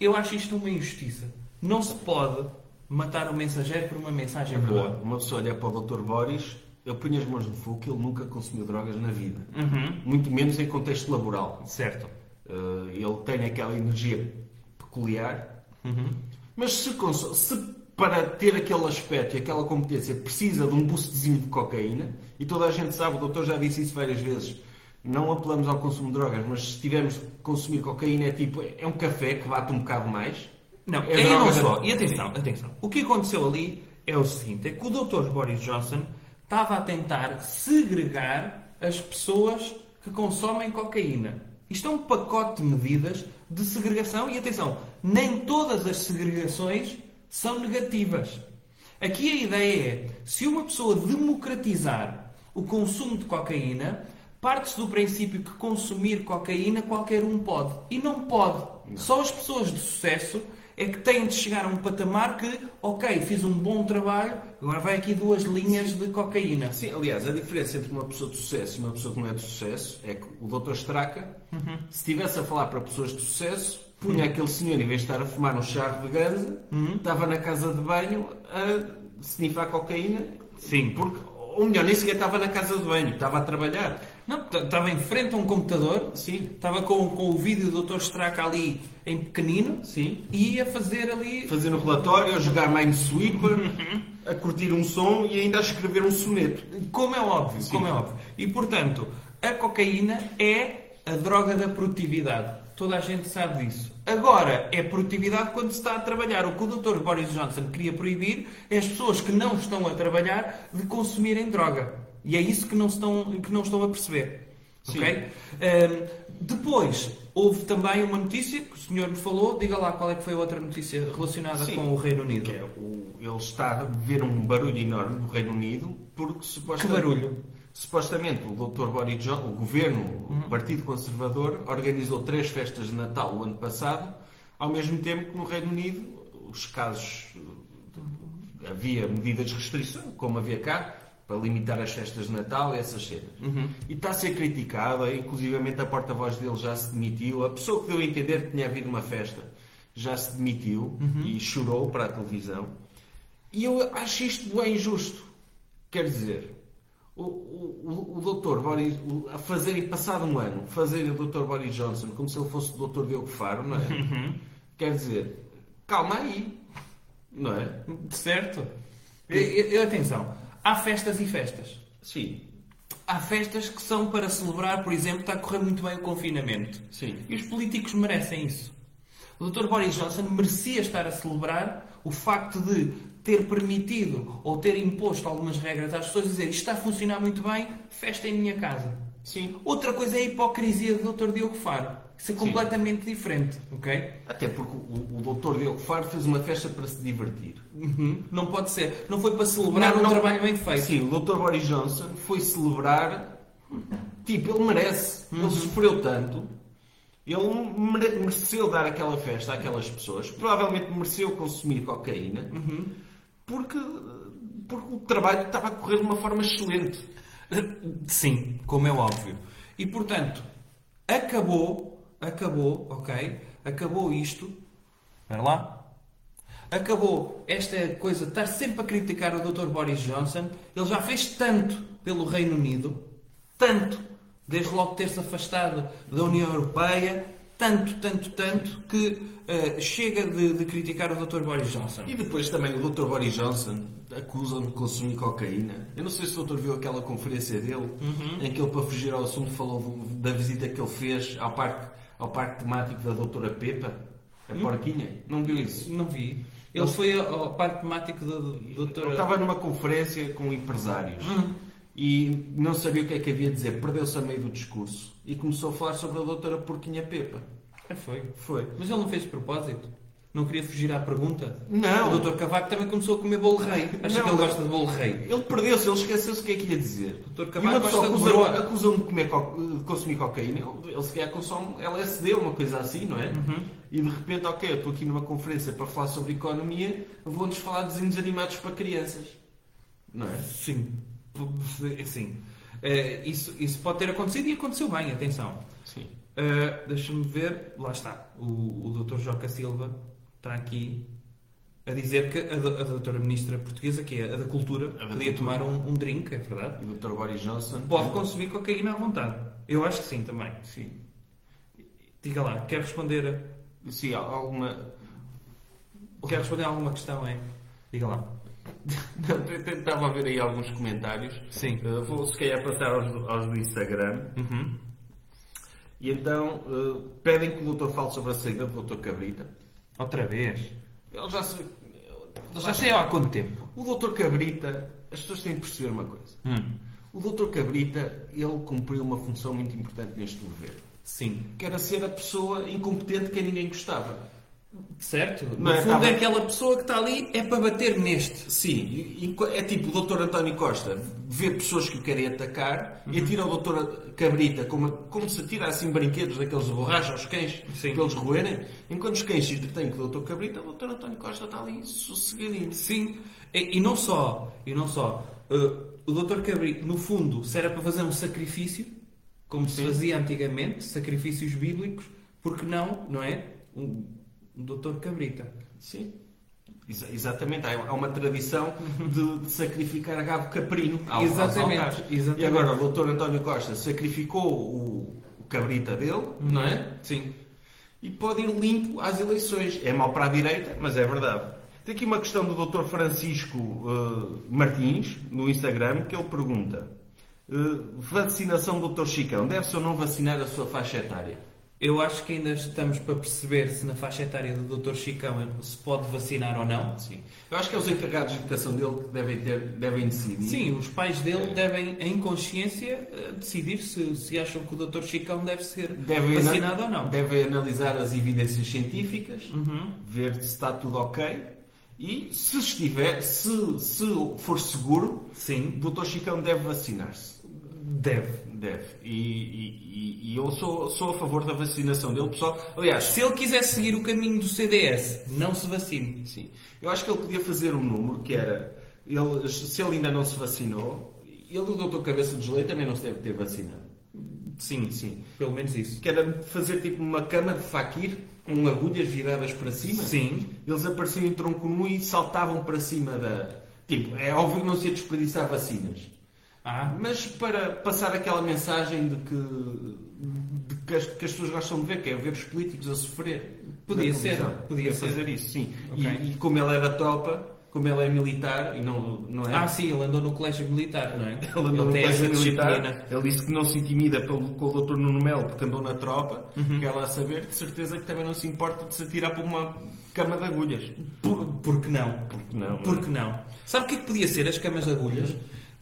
Speaker 3: eu acho isto uma injustiça. Não se pode matar um mensageiro por uma
Speaker 2: É
Speaker 3: mensagem boa.
Speaker 2: Uma pessoa olha para o Dr. Boris, eu punho as mãos no fogo que ele nunca consumiu drogas na vida.
Speaker 3: Uhum,
Speaker 2: Muito menos em contexto laboral.
Speaker 3: certo.
Speaker 2: Eh, ele tem aquela energia peculiar,
Speaker 3: Uhum.
Speaker 2: mas se, cons- se para ter aquele aspecto e aquela competência precisa de um boostzinho de cocaína, e toda a gente sabe, o doutor já disse isso várias vezes, não apelamos ao consumo de drogas, mas se tivermos de consumir cocaína é tipo, é um café que bate um bocado mais.
Speaker 3: Não,
Speaker 2: É
Speaker 3: é não
Speaker 2: droga.
Speaker 3: só. E atenção, atenção. O que aconteceu ali é o seguinte: é que o Dr. Boris Johnson estava a tentar segregar as pessoas que consomem cocaína. Isto é um pacote de medidas de segregação e atenção, nem todas as segregações são negativas. Aqui a ideia é, se uma pessoa democratizar o consumo de cocaína, parte-se do princípio que consumir cocaína qualquer um pode. E não pode. Só as pessoas de sucesso é que têm de chegar a um patamar que, ok, fiz um bom trabalho, agora vai aqui duas linhas de cocaína.
Speaker 2: Sim, aliás, a diferença entre uma pessoa de sucesso e uma pessoa que não é de sucesso é que o doutor Straca, se estivesse a falar para pessoas de sucesso, punha aquele senhor, em vez de estar a fumar um charro de ganza, estava na casa de banho a snifar cocaína,
Speaker 3: Sim.
Speaker 2: porque, ou melhor, nem sequer estava na casa de banho, estava a trabalhar.
Speaker 3: Não, t- estava em frente a um computador,
Speaker 2: Sim.
Speaker 3: estava com, com o vídeo do Dr. Straca ali em pequenino
Speaker 2: Sim.
Speaker 3: e ia fazer ali...
Speaker 2: Fazer um relatório, a jogar Minesweeper, a curtir um som e ainda a escrever um soneto.
Speaker 3: Como é óbvio, como é óbvio. E portanto, a cocaína é a droga da produtividade. Toda a gente sabe disso. Agora, é produtividade quando se está a trabalhar. O que o Dr. Boris Johnson queria proibir é as pessoas que não estão a trabalhar de consumirem droga. E é isso que não estão, que não estão a perceber.
Speaker 2: Sim.
Speaker 3: Ok? Ahm, depois, houve também uma notícia que o senhor me falou. Diga lá qual é que foi a outra notícia relacionada
Speaker 2: Sim.
Speaker 3: com o Reino Unido.
Speaker 2: Que é o- ele está a ver um barulho enorme no Reino Unido porque supostamente,
Speaker 3: Que barulho? Uhum.
Speaker 2: supostamente o Dr. Boris Johnson, o governo, o Partido Conservador, organizou três festas de Natal o ano passado, ao mesmo tempo que no Reino Unido os casos eh, havia medidas de restrição, como havia cá, para limitar as festas de Natal e essas cenas.
Speaker 3: Uhum.
Speaker 2: E está a ser criticada, inclusivamente a porta-voz dele já se demitiu, a pessoa que deu a entender que tinha havido uma festa já se demitiu
Speaker 3: Uhum.
Speaker 2: e chorou para a televisão. E eu acho isto bem injusto. Quer dizer, o, o, o doutor Boris, o- a fazerem, passado um ano, fazerem o doutor Boris Johnson como se ele fosse o doutor Diogo Faro, não é? Quer dizer, calma aí, não é?
Speaker 3: Certo? E, e- e atenção, há festas e festas.
Speaker 2: Sim,
Speaker 3: Há festas que são para celebrar, por exemplo, está a correr muito bem o confinamento.
Speaker 2: Sim.
Speaker 3: E os políticos merecem isso. O Dr. Boris Johnson merecia estar a celebrar o facto de ter permitido ou ter imposto algumas regras às pessoas e dizer isto está a funcionar muito bem, festa em minha casa.
Speaker 2: sim.
Speaker 3: Outra coisa é a hipocrisia do Dr. Diogo Faro. Isso é completamente diferente, ok?
Speaker 2: Até porque o, o doutor Diogo Faro fez uma festa para se divertir.
Speaker 3: Uhum. Não pode ser. Não foi para celebrar
Speaker 2: Não,
Speaker 3: um
Speaker 2: não-
Speaker 3: trabalho bem feito.
Speaker 2: Sim, o Dr. Boris Johnson foi celebrar. Tipo, ele merece.
Speaker 3: Uhum.
Speaker 2: Ele sofreu tanto. Ele mere- mereceu dar aquela festa àquelas pessoas. Provavelmente mereceu consumir cocaína.
Speaker 3: Uhum.
Speaker 2: Porque, porque o trabalho estava a correr de uma forma excelente.
Speaker 3: Sim, como é óbvio. E portanto, acabou, acabou, ok? Acabou isto. Espera lá. Acabou esta coisa de estar sempre a criticar o Dr. Boris Johnson. Ele já fez tanto pelo Reino Unido, tanto, desde logo ter-se afastado da União Europeia, tanto, tanto, tanto, que eh, chega de, de criticar o Dr. Boris Johnson.
Speaker 2: E depois também o Dr. Boris Johnson acusa-me de consumir cocaína. Eu não sei se o Dr. viu aquela conferência dele em que ele, para fugir ao assunto, falou do- da visita que ele fez ao parque, ao parque temático da Doutora Pepa, a porquinha. Não viu isso?
Speaker 3: Não vi. Ele foi ao ao parque temático da
Speaker 2: Eu
Speaker 3: doutora...
Speaker 2: estava numa conferência com empresários e não sabia o que é que havia a dizer. Perdeu-se a meio do discurso e começou a falar sobre a Doutora Porquinha Pepa.
Speaker 3: É, foi.
Speaker 2: Foi.
Speaker 3: Mas ele não fez de propósito. Não queria fugir à pergunta.
Speaker 2: Não.
Speaker 3: O Dr. Cavaco também começou a comer bolo rei. Acha
Speaker 2: Não.
Speaker 3: que ele gosta de bolo rei?
Speaker 2: Ele perdeu-se, ele esqueceu-se o que é que ia dizer. e
Speaker 3: Dr.
Speaker 2: uma pessoa
Speaker 3: Cavaco gosta de
Speaker 2: acusa-
Speaker 3: broa.
Speaker 2: acusa-me de, comer co- de consumir cocaína, ele, ele se calhar consome LSD, uma coisa assim, não é?
Speaker 3: Uhum.
Speaker 2: E de repente, ok, eu estou aqui numa conferência para falar sobre economia, vou-nos falar de desenhos animados para crianças. Não é?
Speaker 3: Sim. P- Sim. Eh, isso, isso pode ter acontecido e aconteceu bem, atenção.
Speaker 2: Sim.
Speaker 3: Eh, Deixa-me ver. Lá está. O, o Dr. Joca Silva está aqui a dizer que a, do- a doutora ministra portuguesa, que é a da cultura,
Speaker 2: da
Speaker 3: podia
Speaker 2: cultura.
Speaker 3: tomar um, um drink, é verdade?
Speaker 2: E o Dr. Boris Johnson.
Speaker 3: Pode consumir cocaína à vontade. Eu acho que sim também.
Speaker 2: Sim.
Speaker 3: Diga lá, quer responder a...
Speaker 2: Sim, há alguma.
Speaker 3: Quer responder a alguma questão, é? Diga lá.
Speaker 2: Estava a ver aí alguns comentários.
Speaker 3: Sim. Uhum.
Speaker 2: Eh, vou se calhar passar aos, do- aos do Instagram. E então eh, pedem que o doutor fale sobre a saída do doutor Cabrita.
Speaker 3: Outra vez.
Speaker 2: Ele já se-
Speaker 3: Já sei há quanto tempo.
Speaker 2: O doutor Cabrita, as pessoas têm de perceber uma coisa. O doutor Cabrita, ele cumpriu uma função muito importante neste governo.
Speaker 3: Sim.
Speaker 2: Que era ser a pessoa incompetente que ninguém gostava.
Speaker 3: Certo? No
Speaker 2: Não é?
Speaker 3: fundo
Speaker 2: Tá
Speaker 3: é
Speaker 2: bem.
Speaker 3: aquela pessoa que está ali é para bater neste.
Speaker 2: Sim, e- e é tipo o doutor António Costa vê pessoas que o querem atacar e atira o doutor Cabrita como, como se atira assim brinquedos daqueles de borracha aos cães
Speaker 3: Sim.
Speaker 2: para eles roerem. Enquanto os cães se detêm com o doutor Cabrita, o doutor António Costa está ali sossegadinho.
Speaker 3: Sim. E, e não só. E não só. Uh, o Dr. Cabri, no fundo, se era para fazer um sacrifício, como se fazia antigamente, sacrifícios bíblicos, porque não, não é? Um, um Dr. Cabrita.
Speaker 2: Sim. Exa- exatamente. Há há uma tradição de, de sacrificar gado caprino. ao- aos
Speaker 3: Exatamente,
Speaker 2: altares.
Speaker 3: exatamente.
Speaker 2: E agora o doutor António Costa sacrificou o, o cabrita dele, não é?
Speaker 3: Sim.
Speaker 2: e pode ir limpo às eleições. É mau para a direita, mas é verdade. Tem aqui uma questão do Dr. Francisco eh, Martins, no Instagram, que ele pergunta: eh, vacinação do Dr. Chicão, deve-se ou não vacinar a sua faixa etária?
Speaker 3: Eu acho que ainda estamos para perceber se na faixa etária do Dr. Chicão se pode vacinar ou não.
Speaker 2: Sim. Eu acho que é os encarregados de educação dele que devem, ter, devem decidir.
Speaker 3: Sim, os pais dele devem, em consciência, eh, decidir se, se acham que o Dr. Chicão deve ser
Speaker 2: Devem ana-
Speaker 3: vacinado ou não. Uhum.
Speaker 2: Devem analisar as evidências científicas, ver se está tudo ok. E se estiver, se, se for seguro,
Speaker 3: Sim,
Speaker 2: o Dr. Chicão deve vacinar-se.
Speaker 3: deve.
Speaker 2: Deve. E, e- e- e eu sou, sou a favor da vacinação dele, pessoal. Aliás,
Speaker 3: Se ele quiser seguir o caminho do CDS, não se vacine.
Speaker 2: sim, eu acho que ele podia fazer um número que era: ele, se ele ainda não se vacinou, ele, o doutor Cabeça de Leite, também não se deve ter vacinado.
Speaker 3: Sim,
Speaker 2: sim.
Speaker 3: Pelo menos isso.
Speaker 2: Que era fazer tipo uma cama de faquir com agulhas viradas para cima.
Speaker 3: Sim.
Speaker 2: Eles apareciam em tronco nu e saltavam para cima da. Tipo, é óbvio que não se ia desperdiçar vacinas.
Speaker 3: Ah,
Speaker 2: Mas para passar aquela mensagem de que, de que, as, que as pessoas gostam de ver, que é ver os políticos a sofrer.
Speaker 3: Podia
Speaker 2: na
Speaker 3: ser,
Speaker 2: televisão.
Speaker 3: podia
Speaker 2: É
Speaker 3: ser.
Speaker 2: fazer isso, sim.
Speaker 3: Ok.
Speaker 2: E, e como ela era topa, como ela é militar, e não, não é?
Speaker 3: ah sim, ele andou no colégio militar, não é?
Speaker 2: ela não
Speaker 3: tem
Speaker 2: é
Speaker 3: essa
Speaker 2: militar.
Speaker 3: disciplina.
Speaker 2: Ele disse que não se intimida pelo, com o doutor Nuno Melo porque andou na tropa.
Speaker 3: Uhum.
Speaker 2: Que ela a saber, de certeza que também não se importa de se atirar por uma cama de agulhas.
Speaker 3: Por, porque não?
Speaker 2: Porque não, não é?
Speaker 3: Porque não? Sabe o que é que podia ser as camas de agulhas?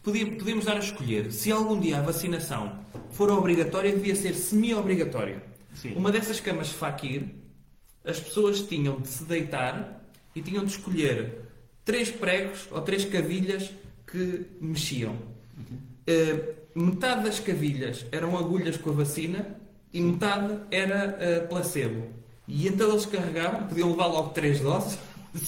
Speaker 3: Podia, podíamos dar a escolher. Se algum dia a vacinação for obrigatória, devia ser semi-obrigatória.
Speaker 2: Sim.
Speaker 3: Uma dessas camas de faquir, as pessoas tinham de se deitar e tinham de escolher três pregos ou três cavilhas que mexiam. Eh, metade das cavilhas eram agulhas com a vacina e metade era eh, placebo. E então eles carregavam, podiam levar logo três doses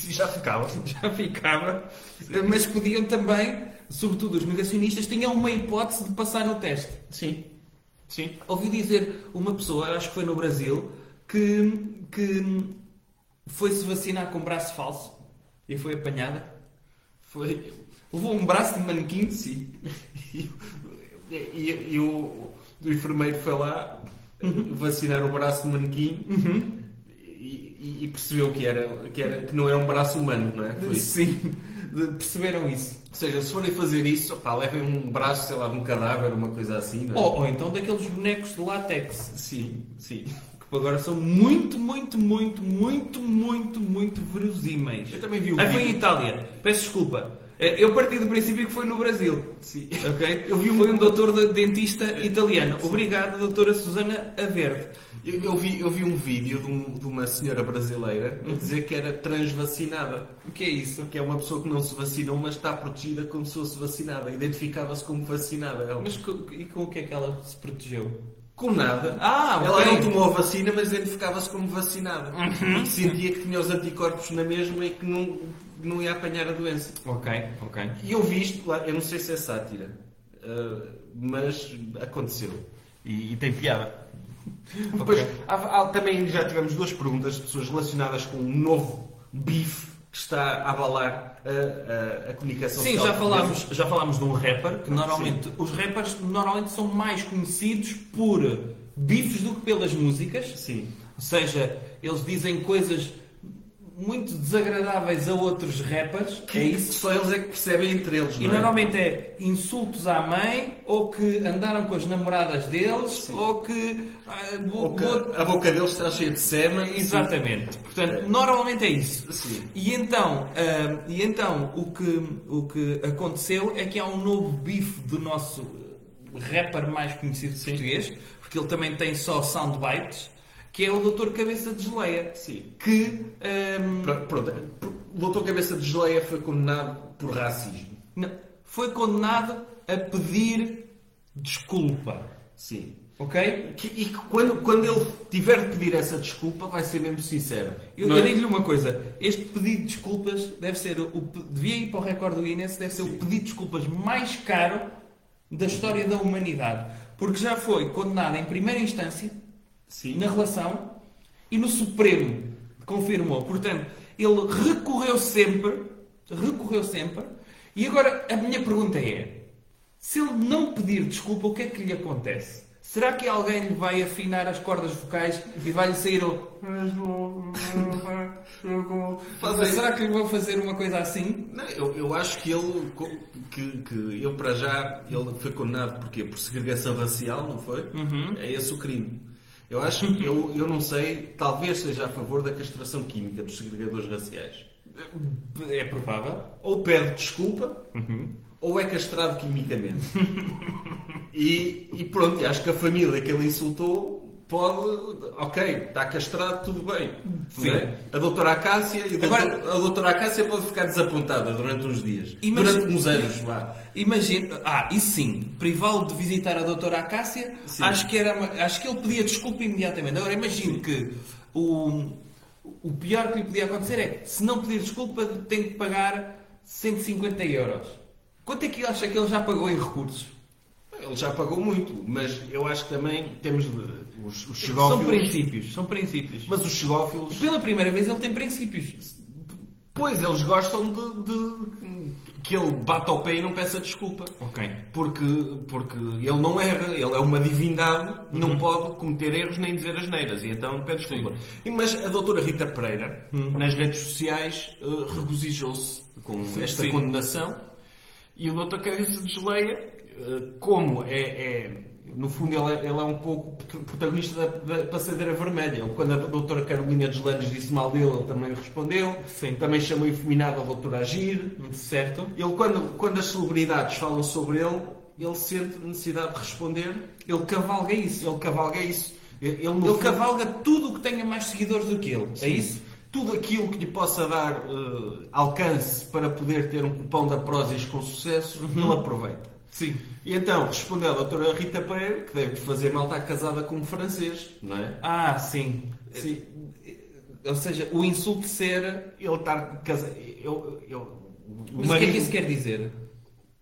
Speaker 2: Já ficava.
Speaker 3: [LAUGHS] já ficava, Eh, mas podiam também, sobretudo os negacionistas, tinham uma hipótese de passar no teste.
Speaker 2: Sim. Sim.
Speaker 3: Ouvi dizer uma pessoa, acho que foi no Brasil, que, que foi-se vacinar com um braço falso e foi apanhada.
Speaker 2: Foi.
Speaker 3: Levou um braço de manequim.
Speaker 2: Sim. E, e- e o, o enfermeiro foi lá
Speaker 3: Uhum.
Speaker 2: vacinar o braço de manequim e, e percebeu que, era, que, era, que não era um braço humano, não é? Foi isso.
Speaker 3: Sim, perceberam isso.
Speaker 2: Ou seja, se forem fazer isso, opá, levem um braço, sei lá, de um cadáver, uma coisa assim, não é?
Speaker 3: Ou, ou então daqueles bonecos de látex.
Speaker 2: Sim, sim.
Speaker 3: que Agora são muito, muito, muito, muito, muito, muito verosímeis.
Speaker 2: Eu também vi um
Speaker 3: Ah, foi
Speaker 2: vídeo.
Speaker 3: em Itália. Peço desculpa. Eh, Eu parti do princípio que foi no Brasil.
Speaker 2: Sim.
Speaker 3: Ok? Eu vi um, foi um doutor de- dentista italiano. Obrigado, doutora Susana Averde.
Speaker 2: Eu, eu vi, eu vi um vídeo de, um- de uma senhora brasileira a dizer que era transvacinada.
Speaker 3: O que é isso?
Speaker 2: Que é uma pessoa que não se vacinou, mas está protegida como se fosse vacinada. Identificava-se como vacinada. Ela,
Speaker 3: Mas co- e com o que é que ela se protegeu?
Speaker 2: com nada.
Speaker 3: Ah,
Speaker 2: ela
Speaker 3: ok. Uhum.
Speaker 2: não tomou a vacina, mas identificava-se como vacinada. E sentia que tinha os anticorpos na mesma e que não, não ia apanhar a doença.
Speaker 3: Ok, ok.
Speaker 2: E eu vi isto, lá- eu não sei se é sátira, ah, mas aconteceu. E, e tem [LAUGHS] piada. Depois, há- há- também já tivemos duas perguntas de pessoas relacionadas com um novo bife que está a abalar a, a- a comunicação
Speaker 3: Sim,
Speaker 2: social
Speaker 3: já falámos,
Speaker 2: portuguesa.
Speaker 3: já falámos de um rapper que normalmente os rappers normalmente são mais conhecidos por bifes do que pelas músicas.
Speaker 2: Sim.
Speaker 3: Ou seja, eles dizem coisas muito desagradáveis a outros rappers.
Speaker 2: Que é isso que só eles é que percebem entre eles,
Speaker 3: E
Speaker 2: não é?
Speaker 3: normalmente é insultos à mãe, ou que andaram com as namoradas deles, ou que. ah, vou-
Speaker 2: Ou que
Speaker 3: vou-
Speaker 2: a boca deles está cheia de sêmen e tipo-
Speaker 3: Exatamente. Portanto, normalmente é isso.
Speaker 2: Sim.
Speaker 3: E então, ah, e então o, que, o que aconteceu é que há um novo bife do nosso rapper mais conhecido português, porque ele também tem só soundbites, que é o Dr. Cabeça de Geleia.
Speaker 2: Sim.
Speaker 3: Que. ah,
Speaker 2: Pr- Pronto, o doutor Cabeça de Geleia foi condenado por racismo.
Speaker 3: Não. Foi condenado a pedir desculpa.
Speaker 2: Sim.
Speaker 3: Ok?
Speaker 2: Que- e que quando, quando ele tiver de pedir essa desculpa, vai ser mesmo sincero.
Speaker 3: Eu,
Speaker 2: Não
Speaker 3: eu
Speaker 2: é?
Speaker 3: digo-lhe uma coisa: este pedido de desculpas deve ser o. pe- Devia ir para o recorde do Guinness, deve ser o pedido de desculpas mais caro da história da humanidade. Porque já foi condenado em primeira instância,
Speaker 2: Sim.
Speaker 3: na relação, e no Supremo confirmou. Portanto, ele recorreu sempre, recorreu sempre. E agora a minha pergunta é: se ele não pedir desculpa, o que é que lhe acontece? Será que alguém lhe vai afinar as cordas vocais e vai-lhe sair o.
Speaker 2: Fazer-
Speaker 3: Será que lhe vão fazer uma coisa assim?
Speaker 2: Não, eu, eu acho que ele, co- que, que eu para já, ele foi condenado porquê? Por segregação racial, não foi? É esse o crime. Eu acho, eu, eu não sei, talvez seja a favor da castração química dos segregadores raciais.
Speaker 3: É provável.
Speaker 2: Ou pede desculpa, ou é castrado
Speaker 3: [LAUGHS]
Speaker 2: quimicamente. e, e pronto, acho que a família que ele insultou pode, ok, está castrado, tudo bem.
Speaker 3: Sim.
Speaker 2: Não é? A doutora Acácia, e o doutor-
Speaker 3: Agora-
Speaker 2: a doutora Acácia pode ficar desapontada durante uns dias.
Speaker 3: Imagina-
Speaker 2: Durante uns anos, vá.
Speaker 3: Imagina, ah, e sim, privá-lo de visitar a doutora Acácia,
Speaker 2: Sim.
Speaker 3: acho que, era uma- acho que ele pedia desculpa imediatamente. Agora imagino que o, o pior que lhe podia acontecer é, se não pedir desculpa, tem que pagar 150 euros. Quanto é que ele acha que ele já pagou em recursos?
Speaker 2: Ele já pagou muito, mas eu acho que também temos de- os, os
Speaker 3: São
Speaker 2: xigófilos.
Speaker 3: princípios, são princípios.
Speaker 2: Mas os xigófilos
Speaker 3: Pela primeira vez ele tem princípios.
Speaker 2: Pois, eles gostam de, de- que ele bata o pé e não peça desculpa.
Speaker 3: Ok.
Speaker 2: Porque, porque ele não erra, ele é uma divindade,
Speaker 3: Uhum.
Speaker 2: não pode cometer erros nem dizer asneiras, e então pede desculpa. E, mas a doutora Rita Pereira,
Speaker 3: Uhum.
Speaker 2: nas redes sociais, eh, regozijou-se com esta
Speaker 3: sim.
Speaker 2: condenação, e o doutor Cabeça de Geleia, eh, como é... é- no fundo, ele é, ele é um pouco prot- protagonista da, da passadeira vermelha. Quando a doutora Carolina dos Lanes disse mal dele, ele também respondeu. Então,
Speaker 3: Sim.
Speaker 2: Também chamou efeminado a doutora Agir.
Speaker 3: Certo?
Speaker 2: Ele, quando, quando as celebridades falam sobre ele, ele sente necessidade de responder.
Speaker 3: Ele cavalga isso.
Speaker 2: Ele cavalga isso. Ele, ele, no
Speaker 3: Ele
Speaker 2: fundo,
Speaker 3: cavalga tudo o que tenha mais seguidores do que ele. É isso?
Speaker 2: Tudo aquilo que lhe possa dar eh, alcance para poder ter um cupão da Prozis com sucesso,
Speaker 3: Uhum.
Speaker 2: ele aproveita.
Speaker 3: Sim.
Speaker 2: E então respondeu a doutora Rita Pereira, que deve fazer mal estar casada com um francês, não é?
Speaker 3: Ah, sim.
Speaker 2: Sim.
Speaker 3: Ou seja, o insulto ser.
Speaker 2: Ele estar casado. Eu, eu, o,
Speaker 3: Mas o que é que isso quer dizer?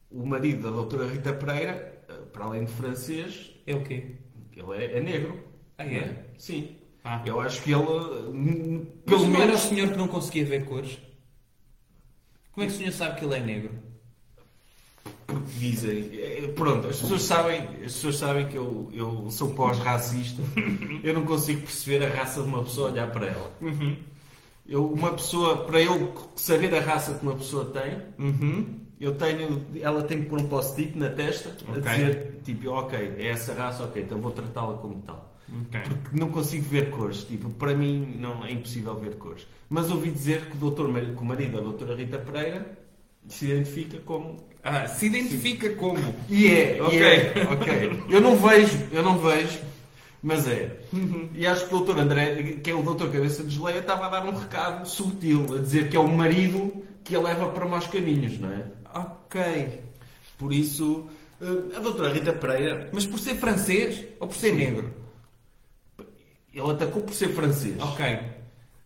Speaker 2: o marido da doutora Rita Pereira, eh, para além de francês,
Speaker 3: É o quê?
Speaker 2: Ele é, é negro.
Speaker 3: Ah, é?
Speaker 2: Não Sim.
Speaker 3: Ah.
Speaker 2: Eu acho que ele, hum,
Speaker 3: Pelo
Speaker 2: pelo
Speaker 3: menos era o
Speaker 2: menos,
Speaker 3: senhor que não conseguia ver cores. Como é que o senhor sabe que ele é negro?
Speaker 2: Porque dizem. eh, Pronto, as pessoas sabem, as pessoas sabem que eu, eu sou
Speaker 3: [LAUGHS]
Speaker 2: pós-racista. Eu não consigo perceber a raça de uma pessoa olhar para ela.
Speaker 3: Uhum.
Speaker 2: Eu, uma pessoa, para eu saber a raça que uma pessoa tem, eu tenho, ela tem que pôr um post-it na testa
Speaker 3: Uhum. Ok.
Speaker 2: a dizer, tipo, ok, é essa raça, ok, então vou tratá-la como tal. Porque não consigo ver cores, tipo, para mim não, é impossível ver cores. Mas ouvi dizer que o, doutor, que o marido da doutora Rita Pereira se identifica como...
Speaker 3: Ah, se identifica como.
Speaker 2: E é,
Speaker 3: Ok.
Speaker 2: ok, ok. Eu não vejo, eu não vejo, mas é. E acho que o doutor André, que é o doutor Cabeça de Geleia, estava a dar um recado subtil, a dizer que é o marido que a leva para maus caminhos, não é?
Speaker 3: Ok.
Speaker 2: Por isso, eh, a doutora Rita Pereira,
Speaker 3: Mas por ser francês ou por ser negro?
Speaker 2: ele atacou por ser francês,
Speaker 3: Ok.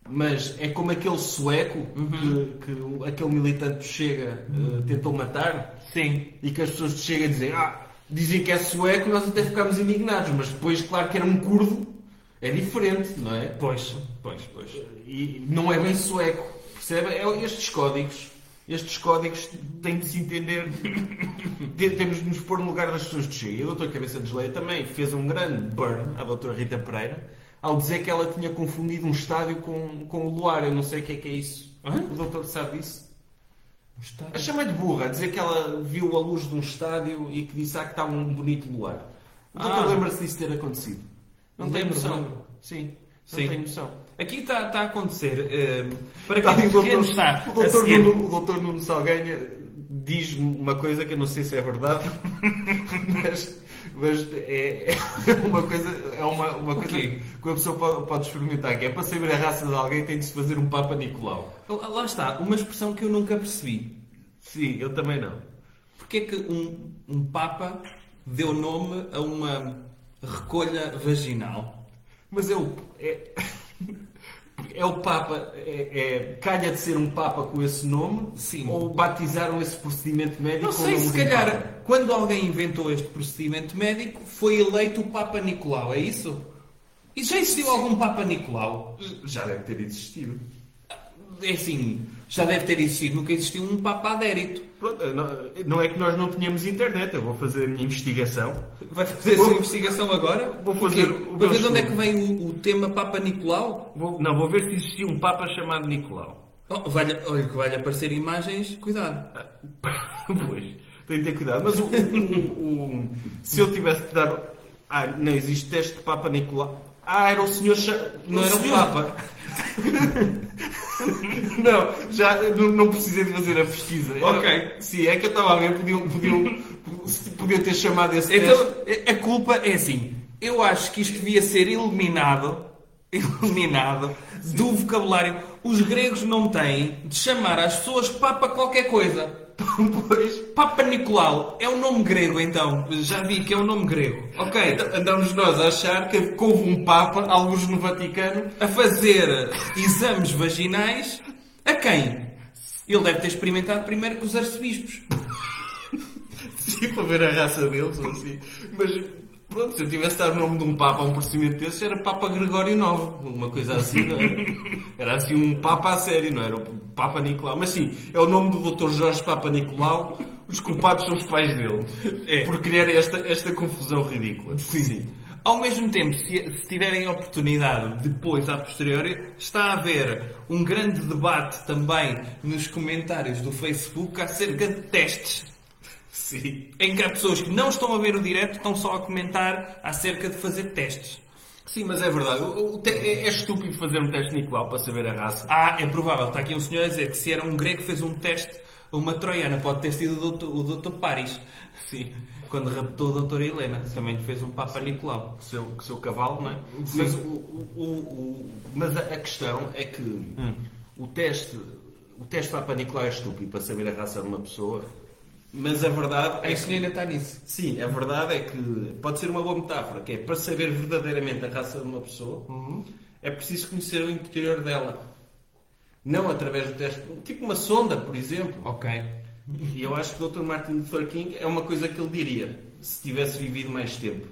Speaker 2: mas é como aquele sueco
Speaker 3: Uhum.
Speaker 2: que, que o- aquele militante do Chega eh, tentou matar
Speaker 3: Sim.
Speaker 2: e que as pessoas do Chega dizem, ah, dizem que é sueco, nós até ficámos indignados, mas depois, claro que era um curdo, é diferente, não é?
Speaker 3: Pois, pois, pois.
Speaker 2: E não é bem sueco, percebe? É estes códigos. Estes códigos têm de se entender. Te- Temos de nos pôr no lugar das pessoas de Chega. E o Dr. Cabeça de Geleia também fez um grande burn à Dra. Rita Pereira ao dizer que ela tinha confundido um estádio com, com o Luar. Eu não sei o que é que é isso.
Speaker 3: Hã?
Speaker 2: O doutor sabe disso?
Speaker 3: Está...
Speaker 2: A chamar-lhe burra, a dizer que ela viu a luz de um estádio e que disse ah, que estava um bonito Luar. O doutor
Speaker 3: Ah.
Speaker 2: lembra-se disso ter acontecido. Não tem
Speaker 3: Lembro,
Speaker 2: noção.
Speaker 3: lembro.
Speaker 2: Sim,
Speaker 3: Sim.
Speaker 2: não tem noção.
Speaker 3: Aqui está está a acontecer. ehm, para
Speaker 2: Tá,
Speaker 3: quem
Speaker 2: o doutor-
Speaker 3: quem está
Speaker 2: o
Speaker 3: a
Speaker 2: doutor
Speaker 3: seguir-
Speaker 2: Nuno- o doutor Nuno Salganha diz uma coisa que eu não sei se é verdade, [LAUGHS] mas, mas é, é uma coisa, é uma, uma coisa
Speaker 3: quê?
Speaker 2: que a pessoa pode, pode experimentar, que é para saber a raça de alguém tem de se fazer um Papa Nicolau.
Speaker 3: Lá lá está, uma expressão que eu nunca percebi.
Speaker 2: Sim, eu também não.
Speaker 3: Porquê é que um, um Papa deu nome a uma recolha vaginal?
Speaker 2: Mas é o. É, [LAUGHS] é o Papa. É, é- calha de ser um Papa com esse nome?
Speaker 3: Sim.
Speaker 2: Ou batizaram esse procedimento médico?
Speaker 3: Não
Speaker 2: com o
Speaker 3: sei,
Speaker 2: nome
Speaker 3: se
Speaker 2: de Papa?
Speaker 3: calhar, quando alguém inventou este procedimento médico, foi eleito o Papa Nicolau, é isso? E já existiu algum Papa Nicolau?
Speaker 2: Já deve ter existido.
Speaker 3: É assim, já deve ter existido, nunca existiu um Papa adérito.
Speaker 2: Pronto, não, não é que nós não tínhamos internet, eu vou fazer a minha investigação.
Speaker 3: Vai fazer a sua
Speaker 2: Vou-
Speaker 3: investigação agora?
Speaker 2: vou fazer
Speaker 3: Porquê?
Speaker 2: o
Speaker 3: Para
Speaker 2: meu
Speaker 3: ver de onde é que
Speaker 2: estudo.
Speaker 3: vem o, o tema Papa Nicolau?
Speaker 2: Vou- não, vou ver se existia um Papa chamado Nicolau. [LAUGHS]
Speaker 3: Oh, vai-lhe- olha, que vai-lhe aparecer imagens, cuidado.
Speaker 2: pois, tenho de ter cuidado. Mas o, o- o- se eu tivesse que dar. Ah, não existe teste de Papa Nicolau. Ah, era o senhor. cha- Não
Speaker 3: O
Speaker 2: era o
Speaker 3: senhor.
Speaker 2: Papa. [LAUGHS] não, já não, não precisei de fazer a pesquisa. Era-
Speaker 3: Ok.
Speaker 2: Sim, é que eu estava a ver, podiam, podiam, se podiam ter chamado esse teste. [LAUGHS]
Speaker 3: Então, a- a culpa é assim. Eu acho que isto devia ser eliminado, [LAUGHS] eliminado do vocabulário. Os gregos não têm de chamar às pessoas Papa qualquer coisa.
Speaker 2: Pois.
Speaker 3: Papa Nicolau é um nome grego, então. Já vi que é um nome grego. Ok.
Speaker 2: Então, Andamos nós a achar que houve um Papa, alguns no Vaticano, [LAUGHS]
Speaker 3: A fazer exames vaginais a quem? Ele deve ter experimentado primeiro com os arcebispos.
Speaker 2: sim, para ver tipo, a raça deles, ou assim. Mas, pronto, se eu tivesse dado o nome de um Papa a um procedimento desses, era Papa Gregório IX, uma coisa assim, não era? Era assim um Papa a sério, não era o Papa Nicolau. Mas sim, é o nome do Dr. Jorge Papa Nicolau, os culpados são os pais dele,
Speaker 3: É.
Speaker 2: por criar esta, esta confusão ridícula. Sim, sim.
Speaker 3: Ao mesmo tempo, se, se tiverem a oportunidade depois, a posteriori, está a haver um grande debate também nos comentários do Facebook acerca de testes.
Speaker 2: Sim.
Speaker 3: Em que há pessoas que não estão a ver o direto, estão só a comentar acerca de fazer testes.
Speaker 2: Sim, mas é verdade. O- o te- É é estúpido fazer um teste Nicolau para saber a raça.
Speaker 3: Ah, é provável. Está aqui um senhor a dizer que se era um grego fez um teste a uma troiana. Pode ter sido o doutor, o doutor Paris. Sim. Quando raptou a doutora Helena. Também lhe fez um Papa Nicolau.
Speaker 2: com o seu, com o seu cavalo, não é? Mas, o, o- o- o- mas a, a questão é que o teste o teste para Nicolau é estúpido para saber a raça de uma pessoa, mas a verdade
Speaker 3: A
Speaker 2: é que
Speaker 3: Helena está nisso.
Speaker 2: sim, a verdade é que pode ser uma boa metáfora, que é para saber verdadeiramente a raça de uma pessoa é preciso conhecer o interior dela. Não através do teste, tipo uma sonda, por exemplo.
Speaker 3: Ok.
Speaker 2: E eu acho que o Dr. Martin Luther King é uma coisa que ele diria se tivesse vivido mais tempo.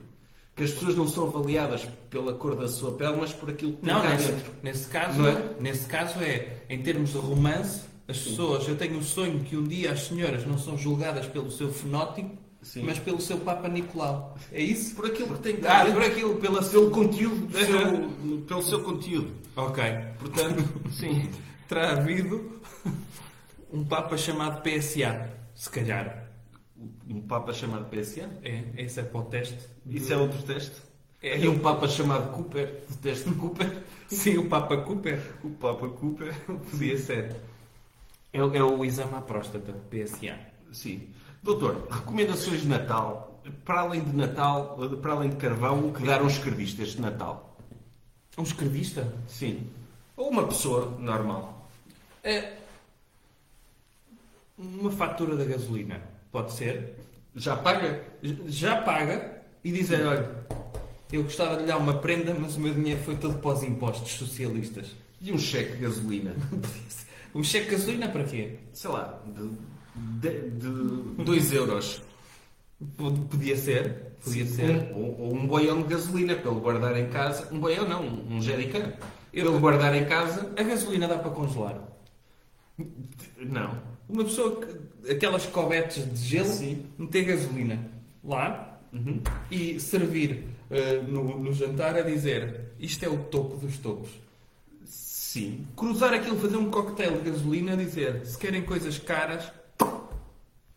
Speaker 2: Que as pessoas não são avaliadas pela cor da sua pele, mas por aquilo que tem
Speaker 3: Não,
Speaker 2: cá
Speaker 3: nesse,
Speaker 2: dentro.
Speaker 3: nesse caso,
Speaker 2: Não é?
Speaker 3: nesse caso é, em termos de romance, As pessoas, eu tenho o sonho que um dia as senhoras não são julgadas pelo seu fenótipo,
Speaker 2: Sim.
Speaker 3: mas pelo seu Papa Nicolau. É isso?
Speaker 2: Por aquilo que tem cá
Speaker 3: Ah, por aquilo, pela
Speaker 2: pelo
Speaker 3: seu.
Speaker 2: conteúdo, do seu- pelo seu conteúdo.
Speaker 3: Ok.
Speaker 2: Portanto, [LAUGHS] sim.
Speaker 3: Terá havido um Papa chamado PSA, se calhar.
Speaker 2: Um Papa chamado PSA.
Speaker 3: É, esse é para o teste.
Speaker 2: Isso é outro teste.
Speaker 3: É.
Speaker 2: E um Papa chamado Cooper. O teste de Cooper.
Speaker 3: [LAUGHS] Sim, o Papa Cooper.
Speaker 2: O Papa Cooper podia ser.
Speaker 3: É, o- é o exame à próstata, PSA.
Speaker 2: Sim. Doutor, recomendações de Natal. Para além de Natal, para além de carvão, um o que deram os escrevistas de Natal?
Speaker 3: Um escrevista?
Speaker 2: Sim. Ou uma pessoa normal.
Speaker 3: É. Uma fatura da gasolina. Pode ser.
Speaker 2: Já paga?
Speaker 3: J- Já paga e dizer: olha, eu gostava de lhe dar uma prenda, mas o meu dinheiro foi todo para os impostos socialistas. [LAUGHS]
Speaker 2: E um cheque de gasolina? [LAUGHS]
Speaker 3: Um cheque de gasolina para quê?
Speaker 2: Sei lá, de 2 euros.
Speaker 3: P- Podia ser. Podia
Speaker 2: Sim,
Speaker 3: ser.
Speaker 2: um- ou, ou um boião de gasolina para ele guardar em casa. Um boião não, um jerrycan. Para
Speaker 3: Eu-
Speaker 2: ele guardar em casa.
Speaker 3: A gasolina dá para congelar.
Speaker 2: Não.
Speaker 3: Uma pessoa que. aquelas cobetes de gelo,
Speaker 2: Sim.
Speaker 3: meter gasolina lá e servir eh, no, no jantar a dizer: isto é o topo dos topos.
Speaker 2: Sim.
Speaker 3: cruzar aquilo, fazer um cocktail de gasolina, dizer se querem coisas caras,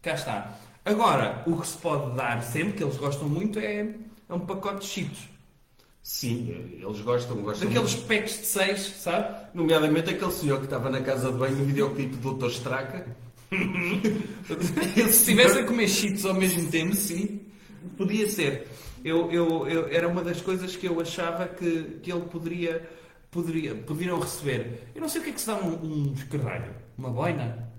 Speaker 3: cá está. Agora, o que se pode dar sempre, que eles gostam muito, é, é um pacote de cheetos.
Speaker 2: Sim, eles gostam, gostam.
Speaker 3: Daqueles packs de seis, sabe?
Speaker 2: muito. Nomeadamente aquele senhor que estava na casa de banho no videoclipe do Dr. Straca. [LAUGHS]
Speaker 3: Uhum. Se estivessem a comer cheetos ao mesmo tempo, sim, podia ser. Eu, eu, eu- era uma das coisas que eu achava que, que ele poderia, poderia, poderiam receber. Eu não sei o que é que se dá um, um escarralho. Uma boina?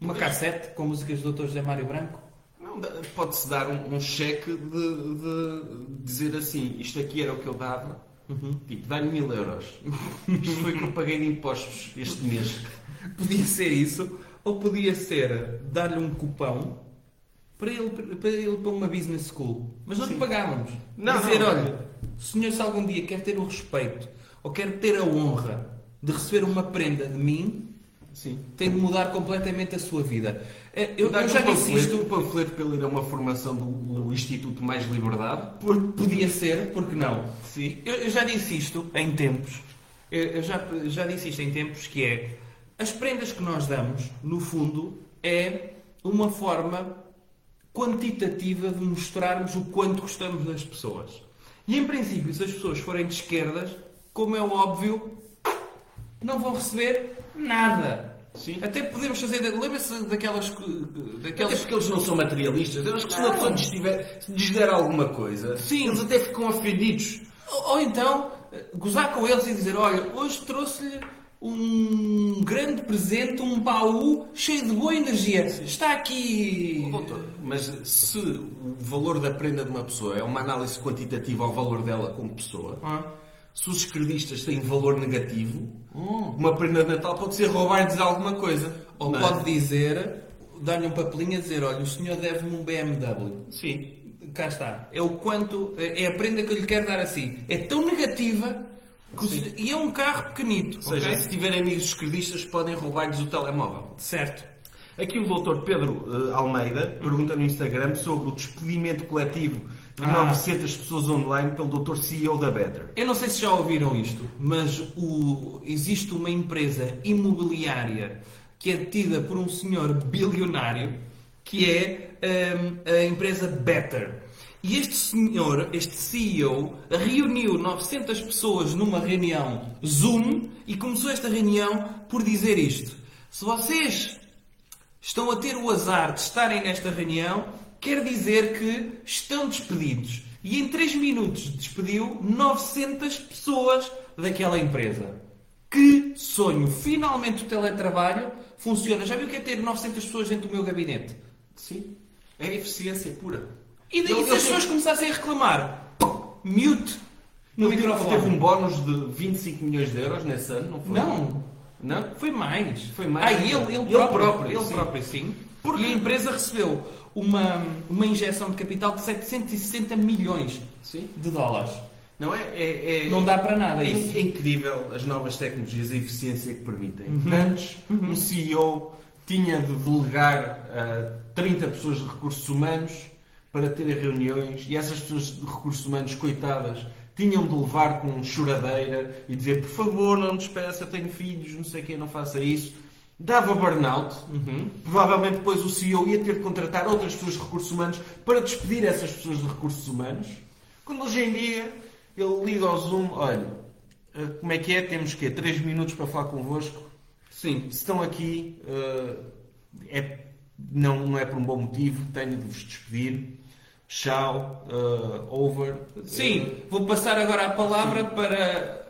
Speaker 3: Uma cassete com músicas do Dr. José Mário Branco?
Speaker 2: Não, dá- pode-se dar um, um cheque de, de dizer assim, isto aqui era o que eu dava.
Speaker 3: Uhum.
Speaker 2: Tipo, dá-lhe mil euros. Isto foi o que eu paguei de impostos este mês.
Speaker 3: Podia ser isso, ou podia ser dar-lhe um cupão para ele para, ele para uma business school. Mas não lhe pagávamos.
Speaker 2: Não,
Speaker 3: Dizer,
Speaker 2: não.
Speaker 3: olha, senhor, se algum dia quer ter o respeito ou quer ter a honra de receber uma prenda de mim,
Speaker 2: Sim.
Speaker 3: tem de mudar completamente a sua vida. Eh, Eu,
Speaker 2: Dá-lhe
Speaker 3: eu já
Speaker 2: um
Speaker 3: disse
Speaker 2: panfleto,
Speaker 3: isto,
Speaker 2: Um panfleto para ele ir a uma formação do, do Instituto Mais Liberdade.
Speaker 3: por- podia ser, porque não?
Speaker 2: Sim.
Speaker 3: Eu, eu já disse isto em tempos. Eu, eu já, já disse isto em tempos que é as prendas que nós damos, no fundo, é uma forma quantitativa de mostrarmos o quanto gostamos das pessoas. E em princípio, se as pessoas forem de esquerdas, como é óbvio, não vão receber nada.
Speaker 2: Sim.
Speaker 3: Até podemos fazer. Lembra-se daquelas.
Speaker 2: Até
Speaker 3: daquelas
Speaker 2: porque eles não são materialistas. Eu acho que se uma pessoa lhes, tiver, se lhes der alguma coisa,
Speaker 3: Sim.
Speaker 2: eles até ficam ofendidos.
Speaker 3: Ou, ou então, eh, gozar com eles e dizer: Olha, hoje trouxe-lhe um grande presente, um baú cheio de boa energia. Está aqui.
Speaker 2: Mas se o valor da prenda de uma pessoa é uma análise quantitativa ao valor dela como pessoa,
Speaker 3: Ah.
Speaker 2: se os esquerdistas têm valor negativo,
Speaker 3: Hum.
Speaker 2: uma prenda de Natal pode ser roubar-lhes alguma coisa.
Speaker 3: Ou
Speaker 2: Não é?
Speaker 3: pode dizer: dar-lhe um papelinho a dizer: Olha, o senhor deve-me um BMW.
Speaker 2: Sim.
Speaker 3: Cá está. É o quanto. É é a prenda que eu lhe quero dar assim. É tão negativa. que o
Speaker 2: Sim.
Speaker 3: senhor- E é um carro pequenito.
Speaker 2: Ou seja,
Speaker 3: ok?
Speaker 2: se tiverem amigos esquerdistas, podem roubar-lhes o telemóvel.
Speaker 3: certo.
Speaker 2: Aqui o Dr. Pedro eh, Almeida pergunta no Instagram sobre o despedimento coletivo de
Speaker 3: Ah.
Speaker 2: 900 pessoas online pelo Dr. CEO da Better.
Speaker 3: Eu não sei se já ouviram isto, mas o- existe uma empresa imobiliária que é detida por um senhor bilionário que é hum, a empresa Better. E este senhor, este CEO, reuniu 900 pessoas numa reunião Zoom e começou esta reunião por dizer isto. Se vocês estão a ter o azar de estarem nesta reunião, quer dizer que estão despedidos. E em 3 minutos despediu 900 pessoas daquela empresa. Que sonho! Finalmente o teletrabalho funciona. Já viu o que é ter 900 pessoas dentro do meu gabinete?
Speaker 2: Sim. É eficiência pura.
Speaker 3: E, daí,
Speaker 2: Ele-
Speaker 3: se as
Speaker 2: ele-
Speaker 3: pessoas começassem a reclamar, mute no
Speaker 2: ele teve,
Speaker 3: microfone.
Speaker 2: teve um bónus de 25 milhões de euros nesse ano, não foi?
Speaker 3: Não,
Speaker 2: Não?
Speaker 3: Foi mais.
Speaker 2: Foi mais.
Speaker 3: Ah, ele, ele,
Speaker 2: Ele
Speaker 3: próprio.
Speaker 2: próprio,
Speaker 3: Ele
Speaker 2: sim.
Speaker 3: próprio, sim. E a empresa recebeu uma, uma injeção de capital de 760 milhões
Speaker 2: Sim.
Speaker 3: de dólares.
Speaker 2: Não é? é, é-
Speaker 3: Não dá para nada
Speaker 2: é,
Speaker 3: isso.
Speaker 2: é incrível as novas tecnologias e a eficiência que permitem. Antes, um CEO tinha de delegar a 30 pessoas de recursos humanos para terem reuniões e essas pessoas de recursos humanos, coitadas, tinham de levar com choradeira e dizer por favor, não nos peça, tenho filhos, não sei quem, não faça isso. Dava burnout, provavelmente depois o CEO ia ter de contratar outras pessoas de recursos humanos para despedir essas pessoas de recursos humanos. Quando hoje em dia ele liga ao Zoom, olha, eh, como é que é? Temos que 3 minutos para falar convosco.
Speaker 3: Sim.
Speaker 2: Se estão aqui, eh, é, não, não é por um bom motivo, tenho de vos despedir. Tchau, eh, over.
Speaker 3: Sim, vou passar agora a palavra para eh,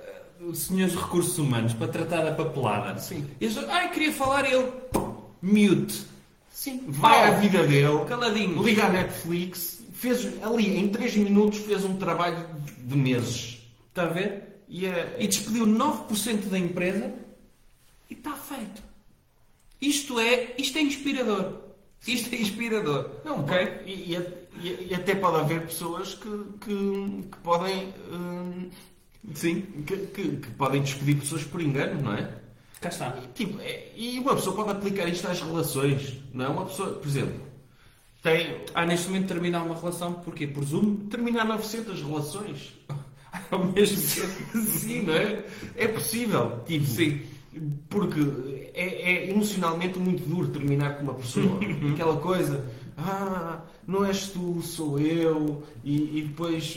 Speaker 3: os senhores recursos humanos, para tratar da papelada.
Speaker 2: Sim.
Speaker 3: Eles, ai, queria falar, ele, mute.
Speaker 2: Sim, Ah, vai à vida dele,
Speaker 3: Caladinho.
Speaker 2: liga à Netflix, fez ali em 3 minutos fez um trabalho de meses.
Speaker 3: Está a ver?
Speaker 2: E é,
Speaker 3: E despediu 9% da empresa e está feito. Isto é, isto é inspirador. Isto é inspirador.
Speaker 2: Não,
Speaker 3: ok?
Speaker 2: e, e a- e- e até pode haver pessoas que, que, que podem hum,
Speaker 3: Sim.
Speaker 2: que, que- que podem despedir pessoas por engano, não é?
Speaker 3: Cá está.
Speaker 2: Tipo, é- e uma pessoa pode aplicar isto às relações, não é? Uma pessoa, por exemplo, tem
Speaker 3: Ah, neste momento terminar uma relação, porquê? Por Zoom?
Speaker 2: terminar 900 relações. [LAUGHS]
Speaker 3: Ao mesmo tempo.
Speaker 2: Sim, não é? É possível, tipo,
Speaker 3: Sim.
Speaker 2: porque é, é emocionalmente muito duro terminar com uma pessoa. Aquela coisa, ah, não és tu, sou eu, e, e depois,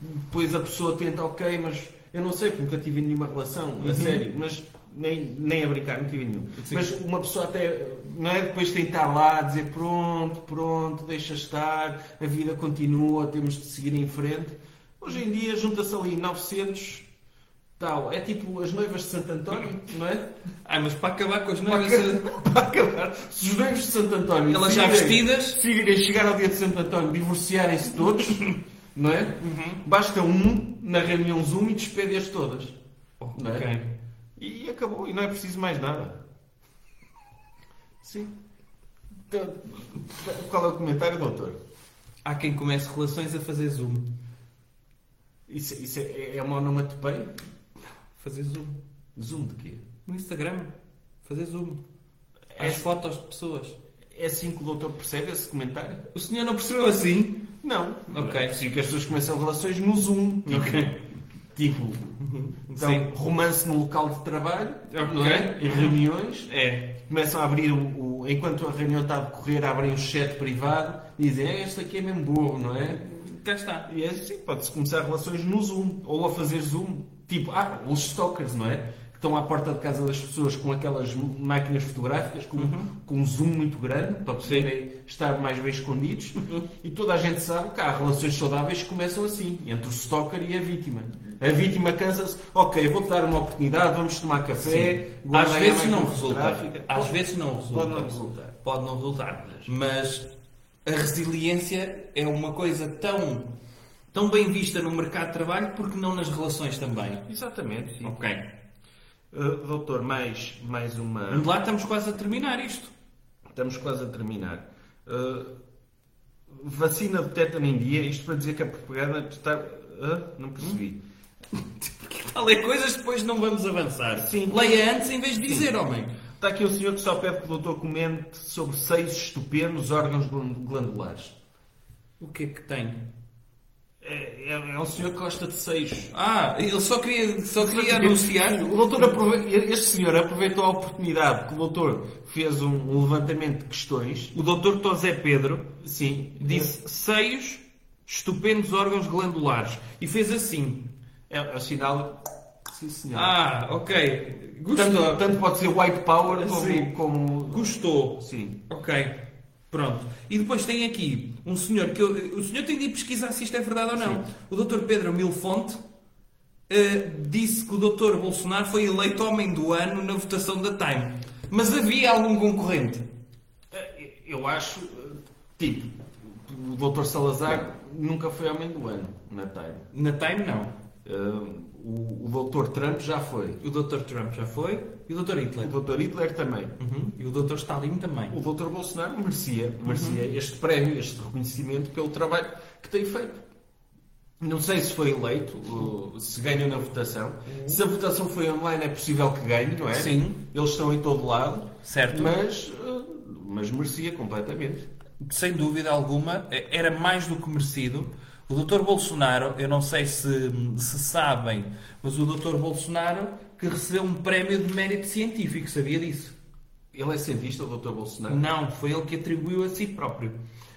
Speaker 2: depois a pessoa tenta, ok, mas eu não sei, porque nunca tive nenhuma relação, a sério, mas nem, nem a brincar, não tive nenhum.
Speaker 3: Sim.
Speaker 2: Mas uma pessoa até, não é? Depois tem de estar lá, dizer pronto, pronto, deixa estar, a vida continua, temos de seguir em frente. Hoje em dia junta-se ali 900 Tal, é tipo as noivas de Santo António, não é? [LAUGHS]
Speaker 3: Ah, mas para acabar com as novas...
Speaker 2: Para acabar, se os noivos de Santo António
Speaker 3: Elas já
Speaker 2: decidirem-
Speaker 3: vestidas?
Speaker 2: decidirem chegar ao dia de Santo António, divorciarem-se todos,
Speaker 3: [LAUGHS]
Speaker 2: não é?
Speaker 3: Uhum.
Speaker 2: Basta um na reunião Zoom e despede-as todas. Não é?
Speaker 3: Ok.
Speaker 2: E acabou, e não é preciso mais nada. Sim. Então, Qual é o comentário, doutor?
Speaker 3: Há quem comece relações a fazer Zoom.
Speaker 2: Isso, isso é, é uma onomatopeia?
Speaker 3: Fazer Zoom.
Speaker 2: Zoom de quê?
Speaker 3: No Instagram. Fazer zoom.
Speaker 2: Às
Speaker 3: As fotos de pessoas.
Speaker 2: É assim que o doutor percebe esse comentário?
Speaker 3: O senhor não percebeu assim?
Speaker 2: Não.
Speaker 3: Ok.
Speaker 2: É possível que as pessoas começam relações no Zoom. Tipo,
Speaker 3: Ok.
Speaker 2: tipo então,
Speaker 3: Sim.
Speaker 2: romance no local de trabalho,
Speaker 3: Ok.
Speaker 2: não é? em reuniões.
Speaker 3: É.
Speaker 2: Começam a abrir, o, o- enquanto a reunião está a decorrer, abrem o chat privado e dizem: "É, Este aqui é mesmo burro, não é?
Speaker 3: Cá está.
Speaker 2: E é assim, pode-se começar relações no Zoom, ou a fazer Zoom. Tipo, ah, os stalkers, não é? Que estão à porta de casa das pessoas com aquelas máquinas fotográficas, com, com um zoom muito grande, para poderem estar mais bem escondidos. E toda a gente sabe que há relações saudáveis que começam assim, entre o stalker e a vítima. A vítima cansa-se, ok, vou-te dar uma oportunidade, vamos tomar café. guarda
Speaker 3: Às
Speaker 2: aí a
Speaker 3: vezes
Speaker 2: máquina
Speaker 3: não resulta.
Speaker 2: fotográfica.
Speaker 3: Às
Speaker 2: Pode-
Speaker 3: vezes não resulta.
Speaker 2: Pode não resultar.
Speaker 3: Pode não resultar. Mas a resiliência é uma coisa tão, tão bem vista no mercado de trabalho porque não nas relações também.
Speaker 2: Exatamente, sim.
Speaker 3: Ok.
Speaker 2: Uh, doutor, mais, mais uma...
Speaker 3: Vamos lá, estamos quase a terminar isto. [LAUGHS]
Speaker 2: Estamos quase a terminar. Uh, vacina de tétano em dia, isto para dizer que a propaganda está. Ah, não percebi.
Speaker 3: Falei coisas, depois não vamos avançar.
Speaker 2: Sim.
Speaker 3: Leia antes em vez de dizer, homem.
Speaker 2: Está aqui um senhor que só pede que o doutor comente sobre seios estupendos, órgãos glan- glandulares.
Speaker 3: O que é que tem?
Speaker 2: É, é- é um senhor que gosta de seios.
Speaker 3: Ah, ele só queria, só queria anunciar.
Speaker 2: O doutor aprove... Este senhor aproveitou a oportunidade que o doutor fez um um levantamento de questões.
Speaker 3: O doutor José Pedro
Speaker 2: Sim, disse.
Speaker 3: disse seios estupendos órgãos glandulares e fez assim.
Speaker 2: É, é o sinal. Sim, senhor.
Speaker 3: Ah, ok. Gostou.
Speaker 2: tanto, tanto pode ser white power como.
Speaker 3: Sim.
Speaker 2: como...
Speaker 3: Gostou.
Speaker 2: Sim.
Speaker 3: Ok. Pronto. E depois tem aqui um senhor que eu- o senhor tem de ir pesquisar se isto é verdade ou não. O doutor Pedro Milfonte eh, disse que o doutor Bolsonaro foi eleito homem do ano na votação da Time. Mas havia algum concorrente?
Speaker 2: Eu acho, tipo, o Dr. Salazar nunca foi homem do ano na Time.
Speaker 3: Na Time não.
Speaker 2: Uh, O, o Dr. Trump já foi.
Speaker 3: O Dr. Trump já foi e o Dr. Hitler.
Speaker 2: O Dr. Hitler também.
Speaker 3: Uhum. E o Dr. Stalin também.
Speaker 2: O Dr. Bolsonaro merecia, merecia este prémio, este reconhecimento pelo trabalho que tem feito. Não sei se foi eleito, uh, se ganhou na votação. Se a votação foi online, é possível que ganhe, não é?
Speaker 3: Uhum. Sim.
Speaker 2: Eles estão em todo lado.
Speaker 3: Certo.
Speaker 2: Mas, uh, mas merecia completamente.
Speaker 3: sem dúvida alguma, eh, era mais do que merecido. O Dr. Bolsonaro, eu não sei se, se sabem, mas o Dr. Bolsonaro que recebeu um prémio de mérito científico, sabia disso?
Speaker 2: Ele é cientista, o Dr. Bolsonaro?
Speaker 3: Não, foi ele que atribuiu a si próprio.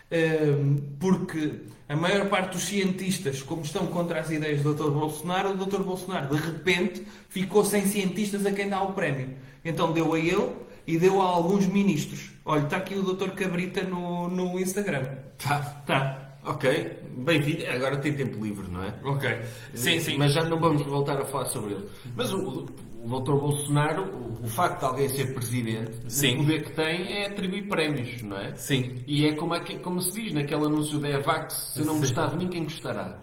Speaker 3: Ahm, Porque a maior parte dos cientistas, como estão contra as ideias do Dr. Bolsonaro, o Dr. Bolsonaro de repente ficou sem cientistas a quem dá o prémio. Então deu a ele e deu a alguns ministros. Olha, está aqui o Dr. Cabrita no, no Instagram.
Speaker 2: Tá.
Speaker 3: Tá.
Speaker 2: Ok. Bem-vindo. Agora tem tempo livre, não é?
Speaker 3: Ok. Sim, sim.
Speaker 2: Mas já não vamos voltar a falar sobre ele. Mas o, o Dr. Bolsonaro, o, o facto de alguém ser presidente,
Speaker 3: Sim.
Speaker 2: o poder que tem é atribuir prémios, não é?
Speaker 3: Sim.
Speaker 2: E é como, é que- como se diz naquele anúncio da EVAC, se eu não
Speaker 3: Sim.
Speaker 2: gostar de mim, quem gostará?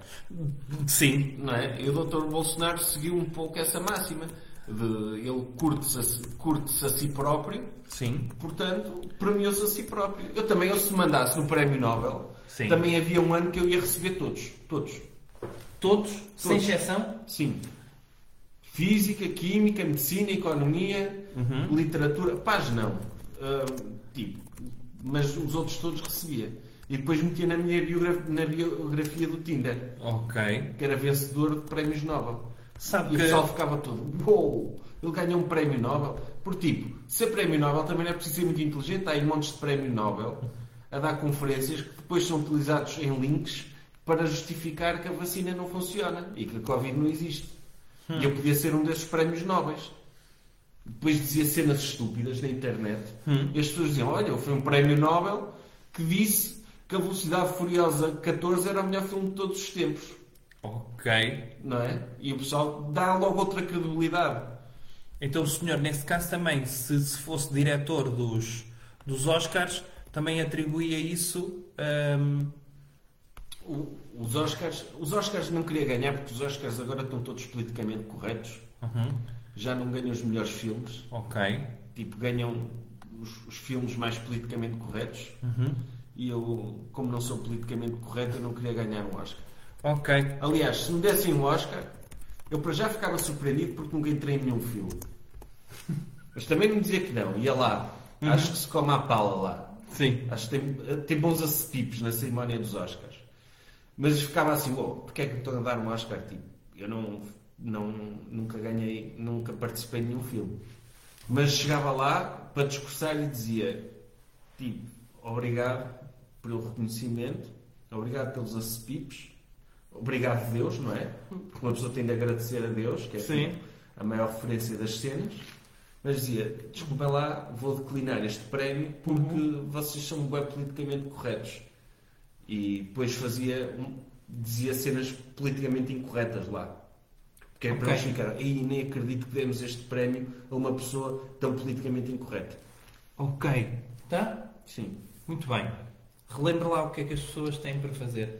Speaker 3: Sim.
Speaker 2: Não é? E o Dr. Bolsonaro seguiu um pouco essa máxima. De, ele curte-se a, si- curte-se a si próprio,
Speaker 3: Sim.
Speaker 2: portanto, premiou-se a si próprio. Eu também, eu se mandasse no um Prémio Nobel,
Speaker 3: Sim.
Speaker 2: também havia um ano que eu ia receber todos. Todos.
Speaker 3: Todos, sem
Speaker 2: Todos.
Speaker 3: exceção?
Speaker 2: Sim. Física, química, medicina, economia, literatura. Paz não. Ahm, tipo, mas os outros todos recebia. E depois metia na minha biogra- na biografia do Tinder,
Speaker 3: Ok.
Speaker 2: que era vencedor de prémios Nobel.
Speaker 3: Sabe
Speaker 2: e o
Speaker 3: que-
Speaker 2: pessoal ficava todo, uou, ele ganhou um prémio Nobel. Por tipo, ser prémio Nobel também não é preciso ser muito inteligente, há aí montes de prémio Nobel a dar conferências que depois são utilizados em links para justificar que a vacina não funciona e que a Covid não existe. E eu podia ser um desses prémios Nobel. Depois dizia cenas estúpidas na internet
Speaker 3: Hum.
Speaker 2: e as pessoas diziam, olha, foi um prémio Nobel que disse que a Velocidade Furiosa 14 era o melhor filme de todos os tempos
Speaker 3: Ok.
Speaker 2: não é? E o pessoal dá logo outra credibilidade.
Speaker 3: Então o senhor, nesse caso também, se, se fosse diretor dos, dos Oscars, também atribuía isso hum, ahm,
Speaker 2: O- os, Oscars, os Oscars não queria ganhar porque os Oscars agora estão todos politicamente corretos. Já não ganham os melhores filmes,
Speaker 3: Ok.
Speaker 2: tipo, ganham os, os filmes mais politicamente corretos. E eu, como não sou politicamente correto, eu não queria ganhar um Oscar.
Speaker 3: Ok.
Speaker 2: Aliás, se me dessem um Oscar, eu para já ficava surpreendido porque nunca entrei em nenhum filme. Mas também me dizia que não, ia lá. Acho que se come a pala lá.
Speaker 3: Sim.
Speaker 2: Acho que tem, eh, tem bons acetipos na cerimónia dos Oscars. Mas ficava assim, oh, porque é que me estão a dar um Oscar? Tipo, eu não, não, nunca ganhei, nunca participei em nenhum filme. Mas chegava lá para discursar e dizia, tipo, obrigado pelo reconhecimento, obrigado pelos acetipos, obrigado Deus, não é? Porque uma pessoa tem de agradecer a Deus, que é
Speaker 3: Sim.
Speaker 2: tipo, a maior referência das cenas. Mas dizia, desculpa lá, vou declinar este prémio porque vocês são bem politicamente corretos. E depois fazia, um- dizia cenas politicamente incorretas lá. Que é para
Speaker 3: Ok.
Speaker 2: eles ficarem, e nem acredito que demos este prémio a uma pessoa tão politicamente incorreta.
Speaker 3: Ok. Tá?
Speaker 2: Sim.
Speaker 3: Muito bem. Relembra lá o que é que as pessoas têm para fazer.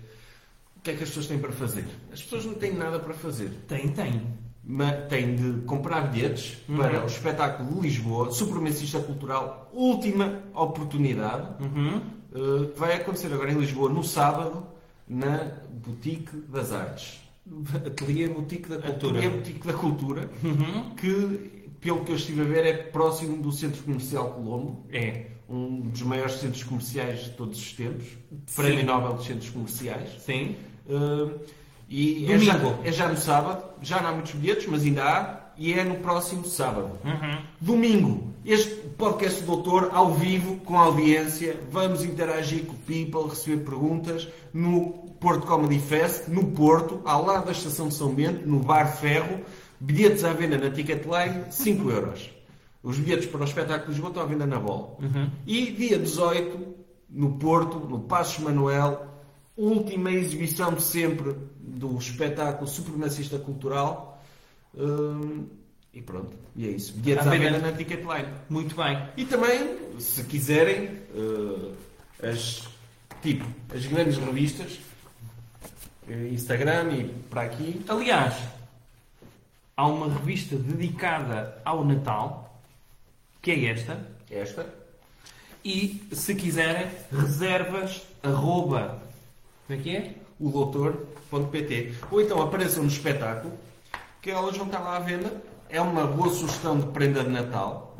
Speaker 2: O que é que as pessoas têm para fazer? As pessoas não têm nada para fazer.
Speaker 3: Tem, tem.
Speaker 2: Mas têm de comprar bilhetes
Speaker 3: Uhum.
Speaker 2: para o espetáculo de Lisboa, Supremacista Cultural, última oportunidade.
Speaker 3: Uhum.
Speaker 2: Uh, que vai acontecer agora em Lisboa no sábado na Boutique das Artes.
Speaker 3: Ateliê Boutique da Cultura. Uhum.
Speaker 2: É a Boutique da Cultura, que, pelo que eu estive a ver, é próximo do Centro Comercial Colombo,
Speaker 3: É.
Speaker 2: um dos maiores centros comerciais de todos os tempos, Prémio Nobel dos Centros Comerciais.
Speaker 3: Sim.
Speaker 2: Uh, e é já,
Speaker 3: Domingo.
Speaker 2: é já no sábado, já não há muitos bilhetes, mas ainda há, e é no próximo sábado. Domingo, este podcast do Doutor, ao vivo, com audiência, vamos interagir com o people, receber perguntas no Porto Comedy Fest, no Porto, ao lado da Estação de São Bento, no Bar Ferro, bilhetes à venda na Ticketline, 5 euros. Os bilhetes para o espetáculo de Lisboa estão à venda na bola. E dia 18, no Porto, no Passos Manuel, última exibição de sempre do espetáculo supremacista cultural. Hum, e pronto, e é isso. Bilhetes à
Speaker 3: Apenas-
Speaker 2: venda na Ticketline.
Speaker 3: Muito bem.
Speaker 2: E também, se quiserem, eh, as, tipo, as grandes revistas, eh, Instagram e para aqui.
Speaker 3: Aliás, há uma revista dedicada ao Natal, que é esta.
Speaker 2: Esta.
Speaker 3: E, se quiserem, reservas arroba... Como é que é?
Speaker 2: o doutor.pt. Ou então apareçam no espetáculo, que elas vão estar lá à venda. É uma boa sugestão de prenda de Natal.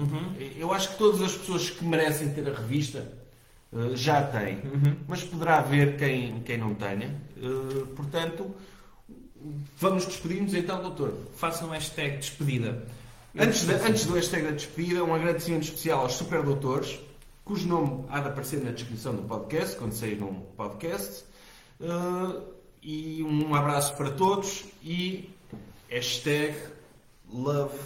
Speaker 2: Eu acho que todas as pessoas que merecem ter a revista eh, já têm, mas poderá haver quem, quem não tenha. Eh, portanto, vamos despedir-nos então, doutor.
Speaker 3: Façam um hashtag despedida.
Speaker 2: Antes, da- antes do hashtag da despedida, um agradecimento especial aos superdoutores, cujo nome há de aparecer na descrição do podcast, quando sair um podcast. Eh, e um abraço para todos e hashtag love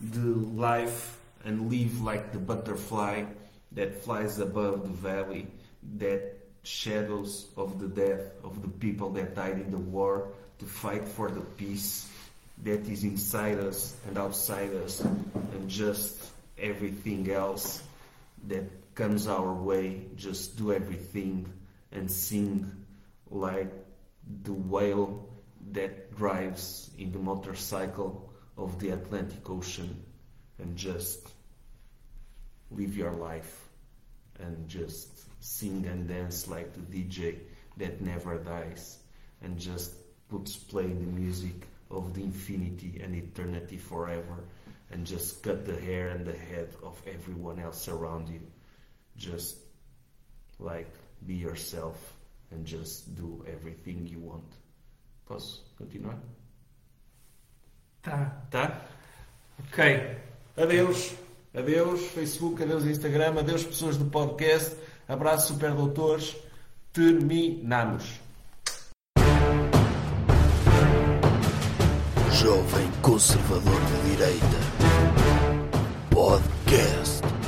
Speaker 2: the life and live like the butterfly that flies above the valley that shadows of the death of the people that died in the war to fight for the peace that is inside us and outside us and just everything else that comes our way just do everything and sing like the whale that drives in the motorcycle of the Atlantic Ocean and just live your life and just sing and dance like the DJ that never dies and just puts playing the music of the infinity and eternity forever and just cut the hair and the head of everyone else around you just like be yourself and just do everything you want posso continuar
Speaker 3: Tá.
Speaker 2: tá
Speaker 3: Ok.
Speaker 2: Adeus. Adeus, Facebook, adeus, Instagram, adeus, pessoas do podcast. Abraço, super doutores. Terminamos.
Speaker 1: Jovem Conservador de Direita. Podcast.